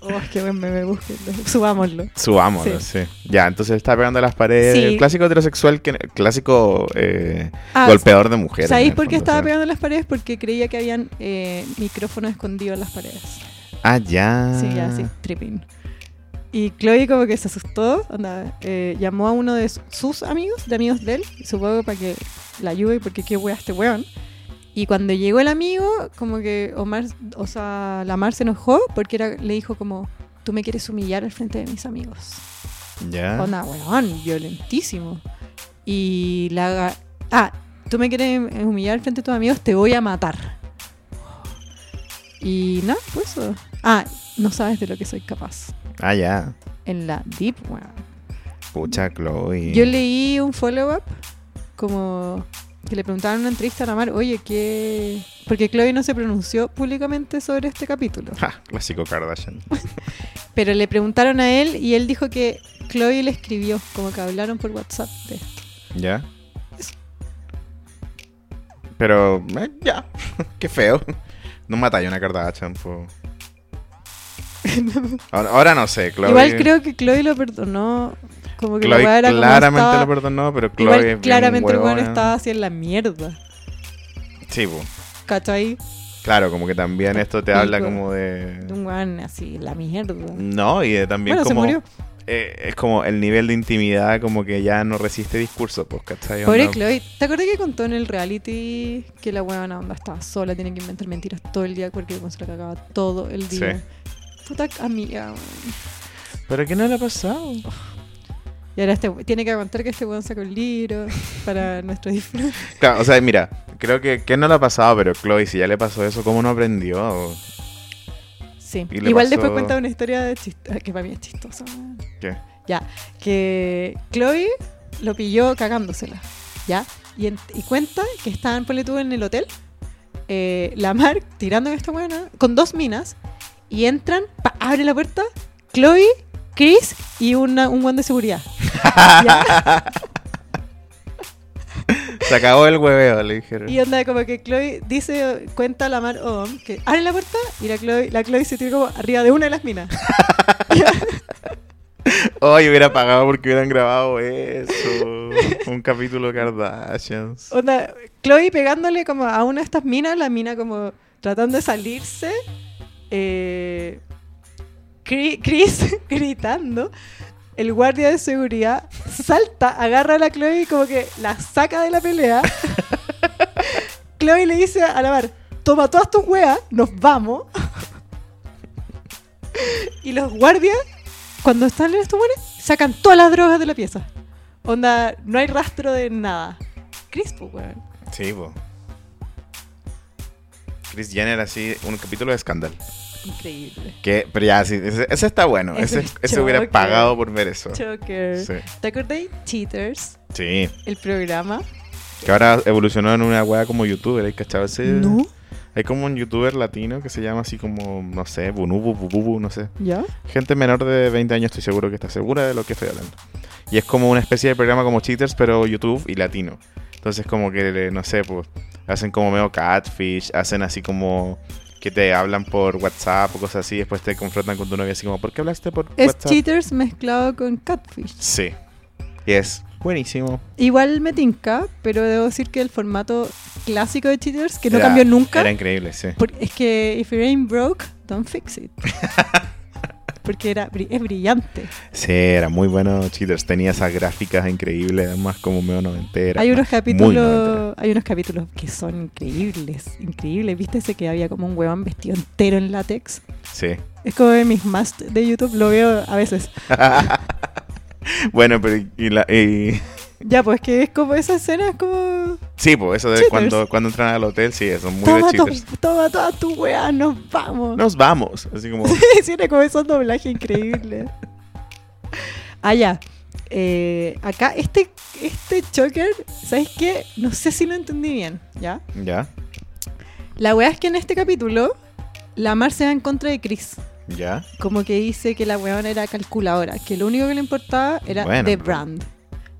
[SPEAKER 2] oh, es que buen meme, búsquenlo. Subámoslo.
[SPEAKER 1] Subámoslo, sí. Ya, entonces él está pegando a las paredes.
[SPEAKER 2] Sí.
[SPEAKER 1] El clásico heterosexual, que, el clásico eh,
[SPEAKER 2] Ah,
[SPEAKER 1] golpeador de mujeres.
[SPEAKER 2] ¿Sabéis
[SPEAKER 1] en el
[SPEAKER 2] por qué
[SPEAKER 1] fondo,
[SPEAKER 2] estaba
[SPEAKER 1] o sea.
[SPEAKER 2] pegando en las paredes? Porque creía que habían eh, micrófonos escondidos en las paredes.
[SPEAKER 1] Ah, ya.
[SPEAKER 2] Sí, ya, sí, tripping. Y Chloe como que se asustó, onda, eh, llamó a uno de su- sus amigos, de amigos de él, supongo para que la ayude porque qué wea este weón. Y cuando llegó el amigo, como que Omar, o sea, la Mar se enojó porque era, le dijo como, tú me quieres humillar al frente de mis amigos.
[SPEAKER 1] Ya.
[SPEAKER 2] Onda, weón, violentísimo. Y la... ga- Ah, tú me quieres humillar frente a tus amigos, te voy a matar. Y nada, pues eso. Ah, no sabes de lo que soy capaz.
[SPEAKER 1] Ah, ya.
[SPEAKER 2] En la deep, weón.
[SPEAKER 1] Pucha, Chloe.
[SPEAKER 2] Yo leí un follow-up como que le preguntaron en una entrevista a la Mar, oye, ¿qué...? Porque Chloe no se pronunció públicamente sobre este capítulo.
[SPEAKER 1] Ja, clásico Kardashian.
[SPEAKER 2] Pero le preguntaron a él y él dijo que Chloe le escribió, como que hablaron por WhatsApp de esto.
[SPEAKER 1] ¿Ya? Pero, eh, ya. Qué feo. No matáis una Kardashian, po. Ahora, ahora no sé, Chloe.
[SPEAKER 2] Igual creo que Chloe lo perdonó. Como que la
[SPEAKER 1] Chloe
[SPEAKER 2] weá era como
[SPEAKER 1] claramente
[SPEAKER 2] estaba-
[SPEAKER 1] lo perdonó, pero Chloe.
[SPEAKER 2] Igual
[SPEAKER 1] es bien
[SPEAKER 2] claramente el weón
[SPEAKER 1] huevona.
[SPEAKER 2] estaba así en la mierda.
[SPEAKER 1] Sí, po.
[SPEAKER 2] ¿Cachai?
[SPEAKER 1] Claro, como que también esto te habla
[SPEAKER 2] Pico.
[SPEAKER 1] como
[SPEAKER 2] De
[SPEAKER 1] de.
[SPEAKER 2] un weón así, en la mierda.
[SPEAKER 1] No, y de también
[SPEAKER 2] Bueno, se
[SPEAKER 1] como.
[SPEAKER 2] murió.
[SPEAKER 1] eh, es como el nivel de intimidad, como que ya no resiste discurso, pues, ¿cachai?
[SPEAKER 2] Pobre
[SPEAKER 1] Onda,
[SPEAKER 2] Chloe. ¿Te acuerdas que contó en el reality que la weona onda estaba sola, tiene que inventar mentiras todo el día porque el se la cagaba todo el día?
[SPEAKER 1] Sí.
[SPEAKER 2] Puta amiga, weón.
[SPEAKER 1] ¿Pero qué no le ha pasado?
[SPEAKER 2] Y ahora este, tiene que aguantar que este weón saque un libro para nuestro disfrute.
[SPEAKER 1] Claro, o sea, mira, creo que, que no le ha pasado, pero Chloe, si ya le pasó eso, ¿cómo no aprendió?
[SPEAKER 2] Sí.
[SPEAKER 1] Y le
[SPEAKER 2] Igual
[SPEAKER 1] pasó-
[SPEAKER 2] después cuenta una historia de chist- que para mí es chistosa, weón.
[SPEAKER 1] ¿Qué?
[SPEAKER 2] que Chloe lo pilló cagándosela, ¿ya? Y, en- y cuenta que estaban, ponle tú, en el hotel, eh, la Mar tirando en esta buena, con dos minas, y entran, pa, abre la puerta, Chloe, Chris y una, un guan de seguridad. ¿ya?
[SPEAKER 1] Se acabó el hueveo, le dijeron.
[SPEAKER 2] Y onda como que Chloe dice, cuenta la Mar oh, que abre la puerta y la Chloe, la Chloe se tira como arriba de una de las minas.
[SPEAKER 1] Hoy Oh, hubiera pagado porque hubieran grabado eso. Un capítulo Kardashians.
[SPEAKER 2] Onda, Chloe pegándole como a una de estas minas, la mina como tratando de salirse. eh, Cri- Chris gritando. El guardia de seguridad salta, agarra a la Chloe y como que la saca de la pelea. Chloe le dice a la Mar, toma todas tus weas, nos vamos. y los guardias, cuando están en estos buenos, sacan todas las drogas de la pieza. Onda, no hay rastro de nada. Chris, pues, weón.
[SPEAKER 1] Sí, po. Chris Jenner, así, un capítulo de escándalo.
[SPEAKER 2] Increíble.
[SPEAKER 1] Que, pero ya, sí, ese, ese está bueno. Ese,
[SPEAKER 2] Ese es
[SPEAKER 1] ese hubiera
[SPEAKER 2] choque.
[SPEAKER 1] pagado por ver eso.
[SPEAKER 2] Choker.
[SPEAKER 1] Ah, Sí.
[SPEAKER 2] ¿Te acordáis? Cheaters,
[SPEAKER 1] Sí.
[SPEAKER 2] el programa.
[SPEAKER 1] Que ahora evolucionó en una wea como youtuber, ¿hay cachado ese?
[SPEAKER 2] No.
[SPEAKER 1] Hay como un youtuber latino que se llama así como, no sé, Bunubu, Bububu, no sé.
[SPEAKER 2] ¿Ya?
[SPEAKER 1] Gente menor de 20 años estoy seguro que está segura de lo que estoy hablando. Y es como una especie de programa como Cheaters, pero YouTube y latino. Entonces como que, eh, no sé, pues hacen como medio catfish, hacen así como que te hablan por WhatsApp o cosas así, después te confrontan con tu novia así como, ¿por qué hablaste por
[SPEAKER 2] Es
[SPEAKER 1] WhatsApp?
[SPEAKER 2] Cheaters mezclado con Catfish.
[SPEAKER 1] Sí. Y es buenísimo.
[SPEAKER 2] Igual me tinca, pero debo decir que el formato clásico de Cheaters, que no
[SPEAKER 1] Era-
[SPEAKER 2] cambió nunca,
[SPEAKER 1] Era increíble, sí.
[SPEAKER 2] por- es que if your ain't broke, don't fix it. Porque era, bri- es brillante.
[SPEAKER 1] Sí, era muy bueno Cheaters. Tenía esas gráficas increíbles, además como medio noventera.
[SPEAKER 2] hay unos
[SPEAKER 1] noventera.
[SPEAKER 2] capítulos, hay unos capítulos que son increíbles, increíbles. ¿Viste ese que había como un huevón vestido entero en látex?
[SPEAKER 1] Sí.
[SPEAKER 2] Es como de mis must de YouTube, lo veo a veces.
[SPEAKER 1] bueno, pero y la, y-
[SPEAKER 2] Ya, pues que es como esa escena, es como.
[SPEAKER 1] Sí, pues eso de
[SPEAKER 2] Cheaters.
[SPEAKER 1] cuando, cuando entran al hotel, sí, son muy
[SPEAKER 2] Toma,
[SPEAKER 1] de cheaters.
[SPEAKER 2] tu- toma toda tu weá, nos vamos.
[SPEAKER 1] Nos vamos. Así como.
[SPEAKER 2] Tiene como esos doblajes increíbles. Allá. acá, este, este choker, ¿sabes qué? No sé si lo entendí bien, ¿ya?
[SPEAKER 1] Ya,
[SPEAKER 2] La weá es que en este capítulo, la Mar se va en contra de Chris.
[SPEAKER 1] ya.
[SPEAKER 2] Como que dice que la weona era calculadora, que lo único que le importaba era
[SPEAKER 1] Bueno,
[SPEAKER 2] The
[SPEAKER 1] pero-
[SPEAKER 2] Brand,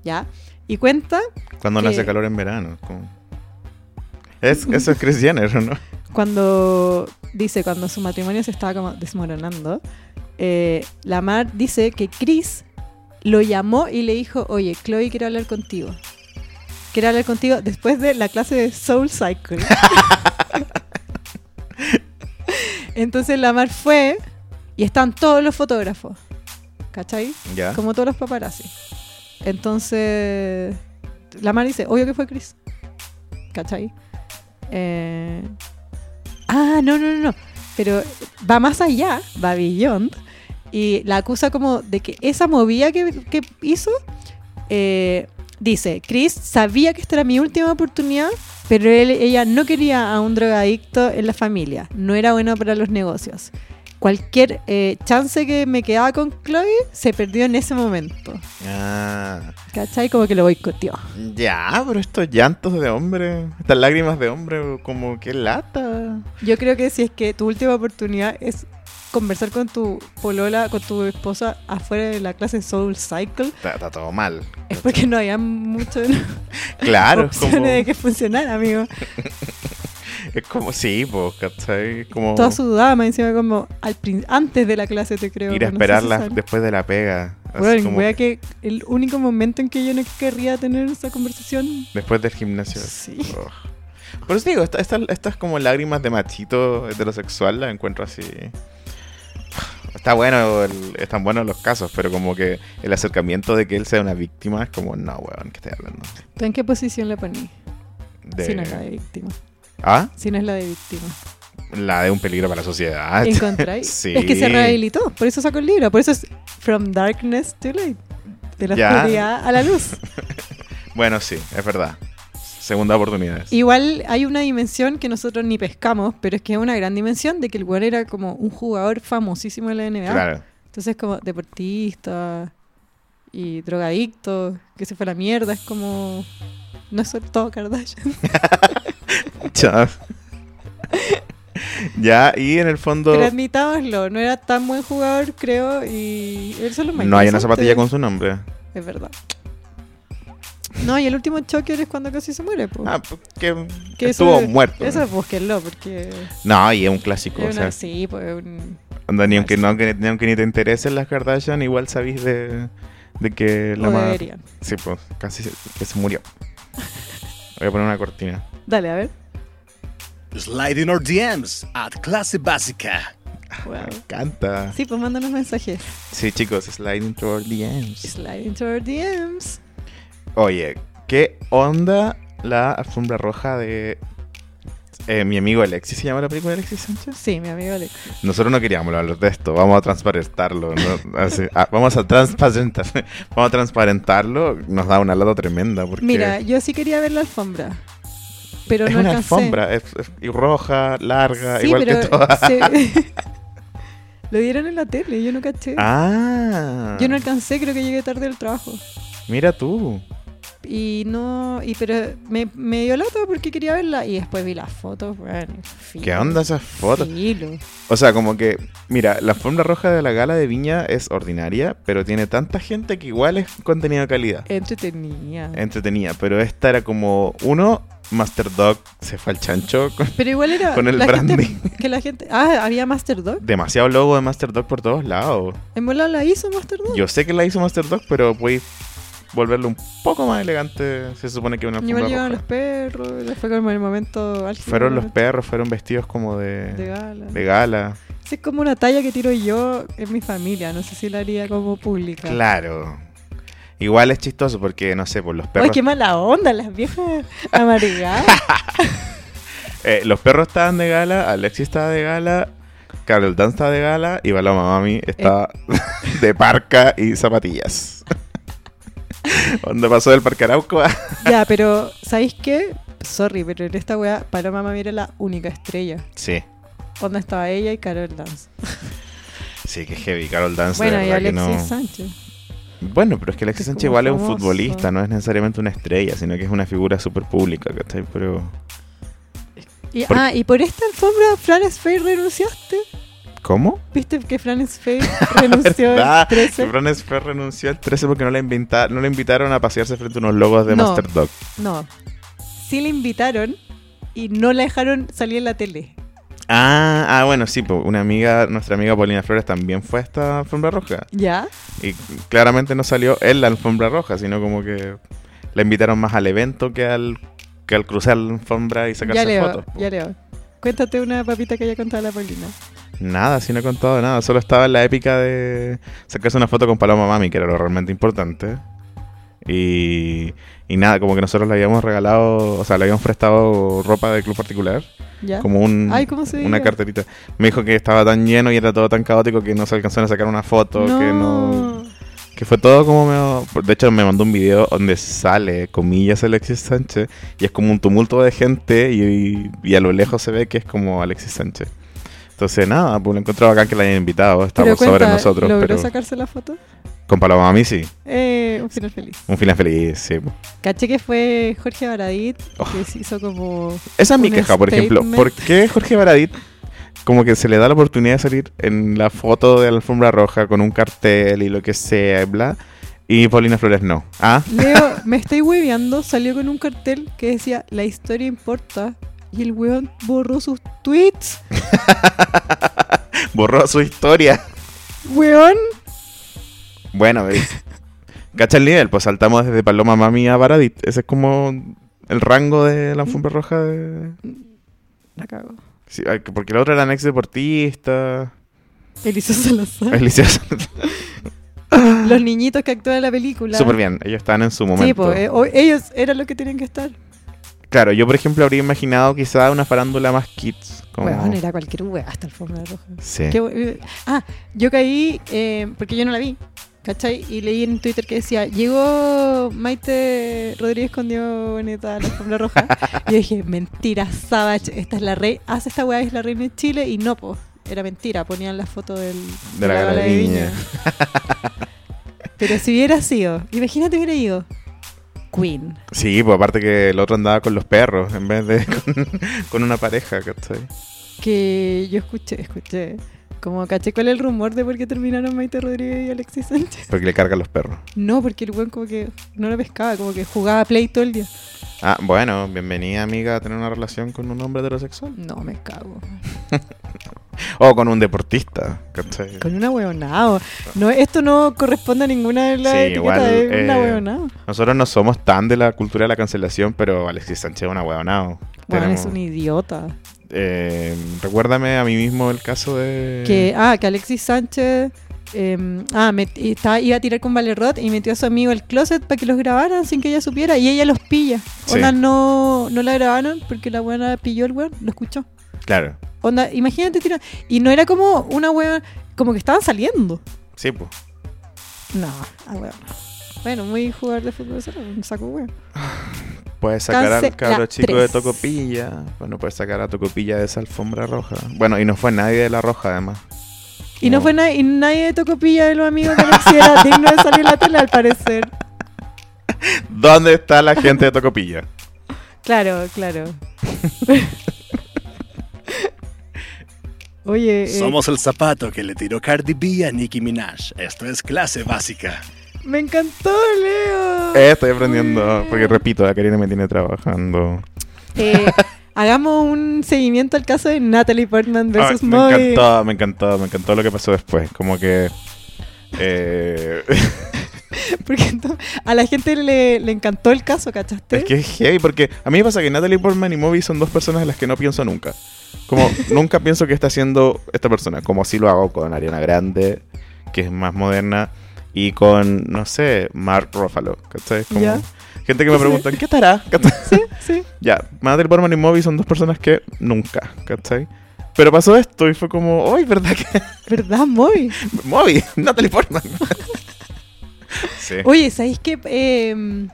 [SPEAKER 2] ¿ya? Y cuenta
[SPEAKER 1] Cuando no
[SPEAKER 2] Que-
[SPEAKER 1] hace calor en verano. como- Es, eso es Chris Jenner, ¿o ¿no?
[SPEAKER 2] cuando dice cuando su matrimonio se estaba como desmoronando, eh, la Mar dice que Chris lo llamó y le dijo, oye, Chloe quiero hablar contigo. Quiero hablar contigo después de la clase de Soul Cycle. Entonces la Mar fue y están todos los fotógrafos. ¿Cachai?
[SPEAKER 1] Ya.
[SPEAKER 2] Como todos los paparazzi. Entonces, la Mari dice, obvio que fue Chris. ¿Cachai? Eh, Ah, no, no, no, no. Pero va más allá, va beyond. Y la acusa como de que esa movida que, que hizo, eh, dice, Chris sabía que esta era mi última oportunidad, pero él- ella no quería a un drogadicto en la familia. No era bueno para los negocios. Cualquier eh, chance que me quedaba con Chloe se perdió en ese momento.
[SPEAKER 1] Ah,
[SPEAKER 2] ¿Cachai? Como que lo boicoteó.
[SPEAKER 1] ya, pero estos llantos de hombre, estas lágrimas de hombre, como que lata.
[SPEAKER 2] Yo creo que si es que tu última oportunidad es conversar con tu polola, con tu esposa afuera de la clase Soul Cycle,
[SPEAKER 1] Está, está todo mal.
[SPEAKER 2] es porque no había muchas
[SPEAKER 1] Claro, es
[SPEAKER 2] opciones
[SPEAKER 1] Ah, como,
[SPEAKER 2] de que funcionara, amigo.
[SPEAKER 1] es como, sí, pues, ¿cachai? Como
[SPEAKER 2] Toda su dama encima como al prin- antes de la clase te creo.
[SPEAKER 1] ir a
[SPEAKER 2] no sé si
[SPEAKER 1] esperarla
[SPEAKER 2] saben.
[SPEAKER 1] después de la pega. Así
[SPEAKER 2] Weón,
[SPEAKER 1] como
[SPEAKER 2] wea que el único momento en que yo no querría tener esa conversación.
[SPEAKER 1] después del gimnasio.
[SPEAKER 2] Sí.
[SPEAKER 1] Oh. Por eso digo, esta- esta- estas como lágrimas de machito heterosexual las encuentro así. Está bueno, el- están buenos los casos, pero como que el acercamiento de que él sea una víctima es como, no, weón, ¿qué estoy hablando?
[SPEAKER 2] ¿Tú en qué posición la poní?
[SPEAKER 1] De-
[SPEAKER 2] Si no eh. es la de víctima.
[SPEAKER 1] ¿Ah?
[SPEAKER 2] Si no es la de víctima.
[SPEAKER 1] La de un peligro para la sociedad.
[SPEAKER 2] ¿Encontráis?
[SPEAKER 1] Ah, Sí.
[SPEAKER 2] Es que se rehabilitó, por eso sacó el libro, por eso es From Darkness to Light. De la
[SPEAKER 1] Ya.
[SPEAKER 2] oscuridad a la luz.
[SPEAKER 1] Bueno, sí, es verdad. Segunda oportunidad.
[SPEAKER 2] Igual hay una dimensión que nosotros ni pescamos, pero es que es una gran dimensión de que el weón era como un jugador famosísimo de la NBA.
[SPEAKER 1] Claro.
[SPEAKER 2] Entonces, como deportista y drogadicto, que se fue a la mierda, es como. No es todo Kardashian.
[SPEAKER 1] Ya. ya, y en el fondo
[SPEAKER 2] Pero admitámoslo, no era tan buen jugador, creo, y él solo
[SPEAKER 1] no hay una zapatilla con su nombre.
[SPEAKER 2] Es verdad. No, y el último choque es cuando casi se muere, po.
[SPEAKER 1] Ah, pues, que,
[SPEAKER 2] Que eso-
[SPEAKER 1] estuvo muerto.
[SPEAKER 2] Eso búsquenlo, porque.
[SPEAKER 1] No, y es un clásico.
[SPEAKER 2] es
[SPEAKER 1] o
[SPEAKER 2] una-
[SPEAKER 1] sea,
[SPEAKER 2] sí, pues. un-
[SPEAKER 1] anda, ni, aunque no, que, ni aunque ni te interesen las Kardashian, igual sabís de, de que la
[SPEAKER 2] o
[SPEAKER 1] ma-
[SPEAKER 2] deberían.
[SPEAKER 1] Sí, pues casi se, que se murió. Voy a poner una cortina.
[SPEAKER 2] Dale, a ver.
[SPEAKER 3] Slide in our DMs at Clase Básica.
[SPEAKER 2] Wow.
[SPEAKER 1] Me encanta. Sí.
[SPEAKER 2] Sí, pues mándanos mensajes.
[SPEAKER 1] chicos, sliding toward the ends.
[SPEAKER 2] Slide into our DMs.
[SPEAKER 1] Oye, ¿qué onda la alfombra roja de eh, mi amigo Alexis? ¿Se llama la película de Alexis Sánchez?
[SPEAKER 2] Sí, mi amigo Alex.
[SPEAKER 1] Nosotros no queríamos hablar de esto, vamos a transparentarlo. ¿no? Así, ah, vamos a transparentar, vamos a transparentarlo. Nos da una lata tremenda porque
[SPEAKER 2] Mira, yo sí quería ver la alfombra. Pero
[SPEAKER 1] es
[SPEAKER 2] no
[SPEAKER 1] una
[SPEAKER 2] alcancé.
[SPEAKER 1] alfombra, es, es- y roja, larga,
[SPEAKER 2] Sí,
[SPEAKER 1] igual
[SPEAKER 2] pero
[SPEAKER 1] que todas.
[SPEAKER 2] se- Lo dieron en la tele, yo no caché.
[SPEAKER 1] Ah,
[SPEAKER 2] Yo no alcancé, creo que llegué tarde del trabajo.
[SPEAKER 1] mira tú.
[SPEAKER 2] Y no, y pero me, me dio lata porque quería verla y después vi las fotos, bueno, filo,
[SPEAKER 1] ¿Qué onda esas fotos?
[SPEAKER 2] filo.
[SPEAKER 1] O sea, como que, mira, la alfombra roja de la gala de Viña es ordinaria, pero tiene tanta gente que igual es contenido de calidad.
[SPEAKER 2] Entretenida.
[SPEAKER 1] entretenida, pero esta era como uno, Master Dog se fue al chancho. con-
[SPEAKER 2] Pero igual era
[SPEAKER 1] con el
[SPEAKER 2] la gente-
[SPEAKER 1] branding.
[SPEAKER 2] que la gente, ah, había Master Dog.
[SPEAKER 1] demasiado logo de Master Dog por todos lados.
[SPEAKER 2] En bola la hizo Master Dog.
[SPEAKER 1] Yo sé que la hizo Master Dog, pero puedes volverlo un poco más elegante. Se supone que una
[SPEAKER 2] igual
[SPEAKER 1] alfombra
[SPEAKER 2] llegaron
[SPEAKER 1] roja.
[SPEAKER 2] los perros, fue como el momento álgido
[SPEAKER 1] Fueron
[SPEAKER 2] de-
[SPEAKER 1] los perros, fueron vestidos como
[SPEAKER 2] de
[SPEAKER 1] de,
[SPEAKER 2] gala.
[SPEAKER 1] de gala.
[SPEAKER 2] Esa es como una talla que tiro yo en mi familia, no sé si la haría como pública.
[SPEAKER 1] Claro. Igual es chistoso porque, no sé, por los
[SPEAKER 2] Ay,
[SPEAKER 1] perros.
[SPEAKER 2] qué mala onda, las viejas amargadas.
[SPEAKER 1] eh, los perros estaban de gala, Alexis estaba de gala, Carol Dan estaba de gala y Paloma
[SPEAKER 2] Eh.
[SPEAKER 1] Mami estaba de parca y zapatillas. Onda pasó del Parque Arauco ah. a-
[SPEAKER 2] ya, pero ¿sabéis qué? Sorry, pero en esta weá Paloma Mami era la única estrella.
[SPEAKER 1] Sí,
[SPEAKER 2] Onda estaba ella y Carol Dance.
[SPEAKER 1] sí, que heavy. Carol Dance, de
[SPEAKER 2] Bueno, y
[SPEAKER 1] verdad que
[SPEAKER 2] Alexis
[SPEAKER 1] no.
[SPEAKER 2] Sánchez.
[SPEAKER 1] Bueno, pero es que Alexis
[SPEAKER 2] Es como
[SPEAKER 1] Sánchez igual es un
[SPEAKER 2] famoso.
[SPEAKER 1] futbolista, no es necesariamente una estrella, sino que es una figura súper pública, ¿cachai? Pero.
[SPEAKER 2] Y,
[SPEAKER 1] Por-
[SPEAKER 2] Ah, y por esta alfombra, Fran Spey renunciaste.
[SPEAKER 1] ¿Cómo?
[SPEAKER 2] ¿Viste que Fran Spey renunció
[SPEAKER 1] Ah,
[SPEAKER 2] el 13?
[SPEAKER 1] que Fran Esfer renunció al 13 porque no le, invita- no le invitaron a pasearse frente a unos logos de
[SPEAKER 2] No.
[SPEAKER 1] Master Dog.
[SPEAKER 2] No. Sí le invitaron y no la dejaron salir en la tele.
[SPEAKER 1] Ah, ah, bueno, sí, pues, una amiga, nuestra amiga Paulina Flores también fue a esta alfombra roja.
[SPEAKER 2] ¿Ya?
[SPEAKER 1] Y claramente no salió en la alfombra roja, sino como que la invitaron más al evento que al, que al cruzar la alfombra y
[SPEAKER 2] Ya
[SPEAKER 1] sacarse
[SPEAKER 2] leo,
[SPEAKER 1] fotos. po.
[SPEAKER 2] ya leo. Cuéntate una papita que haya contado la Paulina.
[SPEAKER 1] Nada, sí no he contado nada. Solo estaba en la épica de sacarse una foto con Paloma Mami, que era lo realmente importante. Y, y nada, como que nosotros le habíamos regalado, o sea, le habíamos prestado ropa de club particular,
[SPEAKER 2] ¿Ya?
[SPEAKER 1] como un,
[SPEAKER 2] Ah. Ay, ¿cómo se
[SPEAKER 1] una
[SPEAKER 2] veía?
[SPEAKER 1] carterita. Me dijo que estaba tan lleno y era todo tan caótico que no se alcanzaron a sacar una foto, que no... Que fue todo como medio- por- De hecho, me mandó un video donde sale, comillas, Alexis Sánchez. Y es como un tumulto de gente. Y, y a lo lejos se ve que es como Alexis Sánchez. Entonces, nada, pues lo encontré bacán que la hayan invitado. Está
[SPEAKER 2] Pero
[SPEAKER 1] por sobre
[SPEAKER 2] cuenta,
[SPEAKER 1] nosotros.
[SPEAKER 2] ¿Logró
[SPEAKER 1] Pero
[SPEAKER 2] sacarse la foto?
[SPEAKER 1] con Paloma Mami sí.
[SPEAKER 2] Eh, un final feliz.
[SPEAKER 1] Un final feliz, sí. pues.
[SPEAKER 2] Caché que fue Jorge Baradit
[SPEAKER 1] Oh.
[SPEAKER 2] que se hizo como.
[SPEAKER 1] Esa es mi
[SPEAKER 2] Un
[SPEAKER 1] queja, por ejemplo.
[SPEAKER 2] statement.
[SPEAKER 1] ¿Por qué Jorge Baradit como que se le da la oportunidad de salir en la foto de la alfombra roja con un cartel y lo que sea y bla? Y Paulina Flores no. Ah,
[SPEAKER 2] Leo, me estoy hueveando, salió con un cartel que decía La historia importa. Y el weón borró sus tweets.
[SPEAKER 1] borró su historia.
[SPEAKER 2] Weón,
[SPEAKER 1] Bueno, ¿veis? Cacha el nivel, pues saltamos desde Paloma Mami a Baradit. Ese es como el rango de la alfombra roja. De...
[SPEAKER 2] la cago.
[SPEAKER 1] Sí, ay, que- porque la otra era ex deportista.
[SPEAKER 2] Elisa Salazar.
[SPEAKER 1] Alicia
[SPEAKER 2] Los niñitos que actúan en la película.
[SPEAKER 1] Súper bien, ellos estaban en su
[SPEAKER 2] Sí,
[SPEAKER 1] momento.
[SPEAKER 2] po, eh, o- ellos eran los que tenían que estar.
[SPEAKER 1] Claro, yo por ejemplo habría imaginado quizá una farándula más kids. Como...
[SPEAKER 2] Weón, era cualquier weá hasta el alfombra roja.
[SPEAKER 1] Sí.
[SPEAKER 2] Qué bu- ah, yo caí eh, porque yo no la vi, ¿cachai? Y leí en Twitter que decía, llegó Maite Rodríguez con Diego Boneta a la alfombra roja. y yo dije, mentira, Savage, esta es la rey, hace esta weá, es la reina de Chile. Y no, po, era mentira, ponían la foto del,
[SPEAKER 1] De la
[SPEAKER 2] gala
[SPEAKER 1] gala de viña.
[SPEAKER 2] Pero si hubiera sido, imagínate hubiera ido Queen.
[SPEAKER 1] Sí, pues aparte que el otro andaba con los perros en vez de con, con una pareja, ¿cachai?
[SPEAKER 2] que yo escuché, escuché. Como caché cuál es el rumor de por qué terminaron Maite Rodríguez y Alexis Sánchez.
[SPEAKER 1] Porque le cargan los perros.
[SPEAKER 2] No, porque el weón como que no lo pescaba, como que jugaba play todo el día.
[SPEAKER 1] Ah, bueno, bienvenida amiga a tener una relación con un hombre heterosexual.
[SPEAKER 2] No, me cago.
[SPEAKER 1] O con un deportista, ¿cachai?
[SPEAKER 2] Con una huevonao. No, esto no corresponde a ninguna de las
[SPEAKER 1] Sí,
[SPEAKER 2] etiquetas
[SPEAKER 1] igual,
[SPEAKER 2] de una
[SPEAKER 1] eh,
[SPEAKER 2] huevonao.
[SPEAKER 1] Nosotros no somos tan de la cultura de la cancelación, pero Alexis Sánchez es una huevonao.
[SPEAKER 2] Bueno, es
[SPEAKER 1] Tenemos-
[SPEAKER 2] un idiota.
[SPEAKER 1] eh, recuérdame a mí mismo el caso de...
[SPEAKER 2] Que, ah, que Alexis Sánchez eh, ah, met- y estaba- iba a tirar con Valerrot y metió a su amigo al closet para que los grabaran sin que ella supiera y ella los pilla.
[SPEAKER 1] Sí.
[SPEAKER 2] Onda, no, no la grabaron porque la buena pilló el weón, lo escuchó.
[SPEAKER 1] Claro,
[SPEAKER 2] Onda, imagínate tirar. Y no era como una hueva, como que estaban saliendo.
[SPEAKER 1] sí, pues.
[SPEAKER 2] No, a hueva. Bueno, muy jugador de fútbol cero, un saco hueá.
[SPEAKER 1] Puedes sacar al
[SPEAKER 2] Cancela
[SPEAKER 1] cabro chico
[SPEAKER 2] tres.
[SPEAKER 1] de Tocopilla. Bueno, puedes sacar a Tocopilla de esa alfombra roja. Bueno, y no fue nadie de la roja, además.
[SPEAKER 2] Y no
[SPEAKER 1] No.
[SPEAKER 2] fue nadie, y nadie de Tocopilla de los amigos que Alexis era digno de salir en la tele, al parecer.
[SPEAKER 1] ¿Dónde está la gente de Tocopilla?
[SPEAKER 2] Claro, claro. Oye, eh,
[SPEAKER 3] Somos el zapato que le tiró Cardi B a Nicki Minaj. Esto es clase básica.
[SPEAKER 2] me encantó, Leo.
[SPEAKER 1] Eh, estoy aprendiendo,
[SPEAKER 2] Uy.
[SPEAKER 1] porque repito, la Karina me tiene trabajando.
[SPEAKER 2] Eh, hagamos un seguimiento al caso de Natalie Portman versus
[SPEAKER 1] Ay, me
[SPEAKER 2] Moby.
[SPEAKER 1] encantó, me encantó, me encantó lo que pasó después. Como que... eh,
[SPEAKER 2] Porque no- a la gente le, le encantó el caso, ¿cachaste?
[SPEAKER 1] Es que es heavy, porque a mí me pasa que Natalie Portman y Moby son dos personas en las que no pienso nunca. Como nunca pienso que está haciendo esta persona. Como así lo hago con Ariana Grande, que es más moderna, y con, no sé, Mark Ruffalo. ¿cachai? Como
[SPEAKER 2] Ya.
[SPEAKER 1] Gente que me
[SPEAKER 2] Sí.
[SPEAKER 1] pregunta, ¿qué estará? ¿Cachai?
[SPEAKER 2] Sí, sí.
[SPEAKER 1] ya, Natalie Portman y Moby son dos personas que nunca, ¿cachai? Pero pasó esto y fue como, ¡ay, verdad que
[SPEAKER 2] ¿Verdad, Moby?
[SPEAKER 1] Moby! Natalie Portman. sí.
[SPEAKER 2] Oye, ¿sabéis qué? Eh,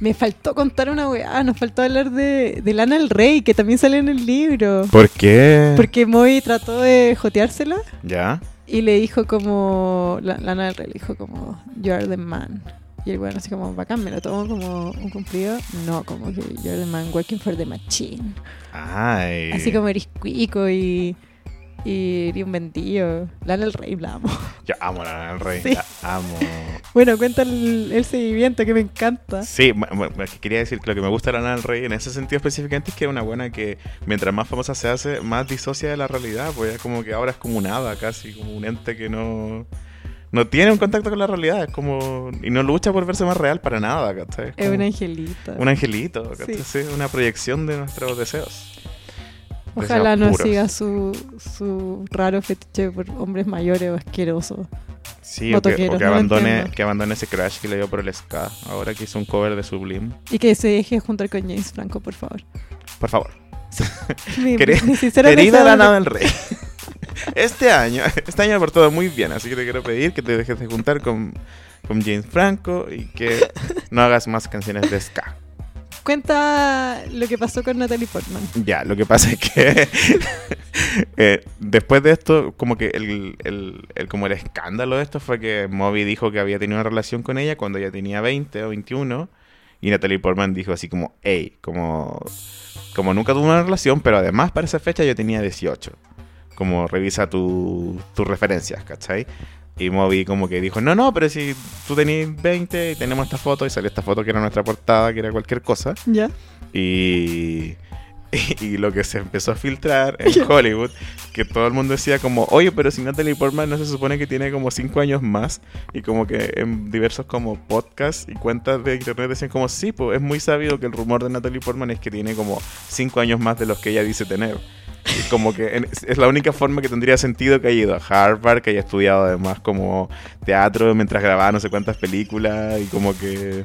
[SPEAKER 2] me faltó contar una weá, nos faltó hablar de, de Lana el Rey,
[SPEAKER 1] Eh.
[SPEAKER 2] que también sale en el libro.
[SPEAKER 1] ¿Por qué?
[SPEAKER 2] Porque Moby trató de joteársela
[SPEAKER 1] ¿Ya?
[SPEAKER 2] y le dijo como, la, Lana del Rey le dijo como, you are the man. Y el weón así como, bacán, me lo tomo como un cumplido. No, como que you are the man working for the machine.
[SPEAKER 1] Ay.
[SPEAKER 2] Así como eres cuico y, y eres un vendido. Lana del Rey, la amo.
[SPEAKER 1] Yo amo a Lana del Rey.
[SPEAKER 2] Sí.
[SPEAKER 1] La amo.
[SPEAKER 2] Bueno, cuenta el, el seguimiento que me encanta.
[SPEAKER 1] Sí, ma- ma- ma- que quería decir que lo que me gusta de Lana del Rey en ese sentido específicamente es que es una buena que mientras más famosa se hace, más disocia de la realidad, pues es como que ahora es como un hada casi, como un ente que no, no tiene un contacto con la realidad, es como... y no lucha por verse más real para nada, ¿cachai?
[SPEAKER 2] Es
[SPEAKER 1] como
[SPEAKER 2] un angelito.
[SPEAKER 1] un angelito, ¿cachai?
[SPEAKER 2] Sí.
[SPEAKER 1] Sí, una proyección de nuestros deseos.
[SPEAKER 2] Ojalá no
[SPEAKER 1] Deseos puros.
[SPEAKER 2] siga su, su raro fetiche por hombres mayores o asquerosos.
[SPEAKER 1] Sí, o que, o
[SPEAKER 2] Motoqueros,
[SPEAKER 1] que
[SPEAKER 2] no lo
[SPEAKER 1] abandone,
[SPEAKER 2] entiendo.
[SPEAKER 1] que abandone ese crash que le dio por el ska, ahora que hizo un cover de Sublime.
[SPEAKER 2] Y que se deje juntar con James Franco, por favor.
[SPEAKER 1] Por favor.
[SPEAKER 2] Mi,
[SPEAKER 1] Queri-
[SPEAKER 2] mi sincero
[SPEAKER 1] Querida
[SPEAKER 2] deseo
[SPEAKER 1] Lana
[SPEAKER 2] de-
[SPEAKER 1] del Rey. Este año, este año por todo muy bien, así que te quiero pedir que te dejes de juntar con, con James Franco y que no hagas más canciones de ska.
[SPEAKER 2] Cuenta lo que pasó con Natalie Portman.
[SPEAKER 1] Ya, lo que pasa es que eh, después de esto, como que el, el- el- como el escándalo de esto fue que Moby dijo que había tenido una relación con ella cuando ella tenía 20 o 21 y Natalie Portman dijo así como, hey, como, como nunca tuve una relación, pero además para esa fecha yo tenía 18. Como revisa tu- tus referencias, ¿cachai? Y Moby como que dijo, no, no, pero si tú tenías 20 y tenemos esta foto y salió esta foto que era nuestra portada, que era cualquier cosa.
[SPEAKER 2] ¿Ya?
[SPEAKER 1] Y, y lo que se empezó a filtrar en Hollywood, que todo el mundo decía como, oye, pero si Natalie Portman no se supone que tiene como cinco años más, y como que en diversos como podcasts y cuentas de internet decían como, sí, pues es muy sabido que el rumor de Natalie Portman es que tiene como cinco años más de los que ella dice tener. Y Como que en- es la única forma que tendría sentido que haya ido a Harvard, que haya estudiado además como teatro mientras grababa no sé cuántas películas y como que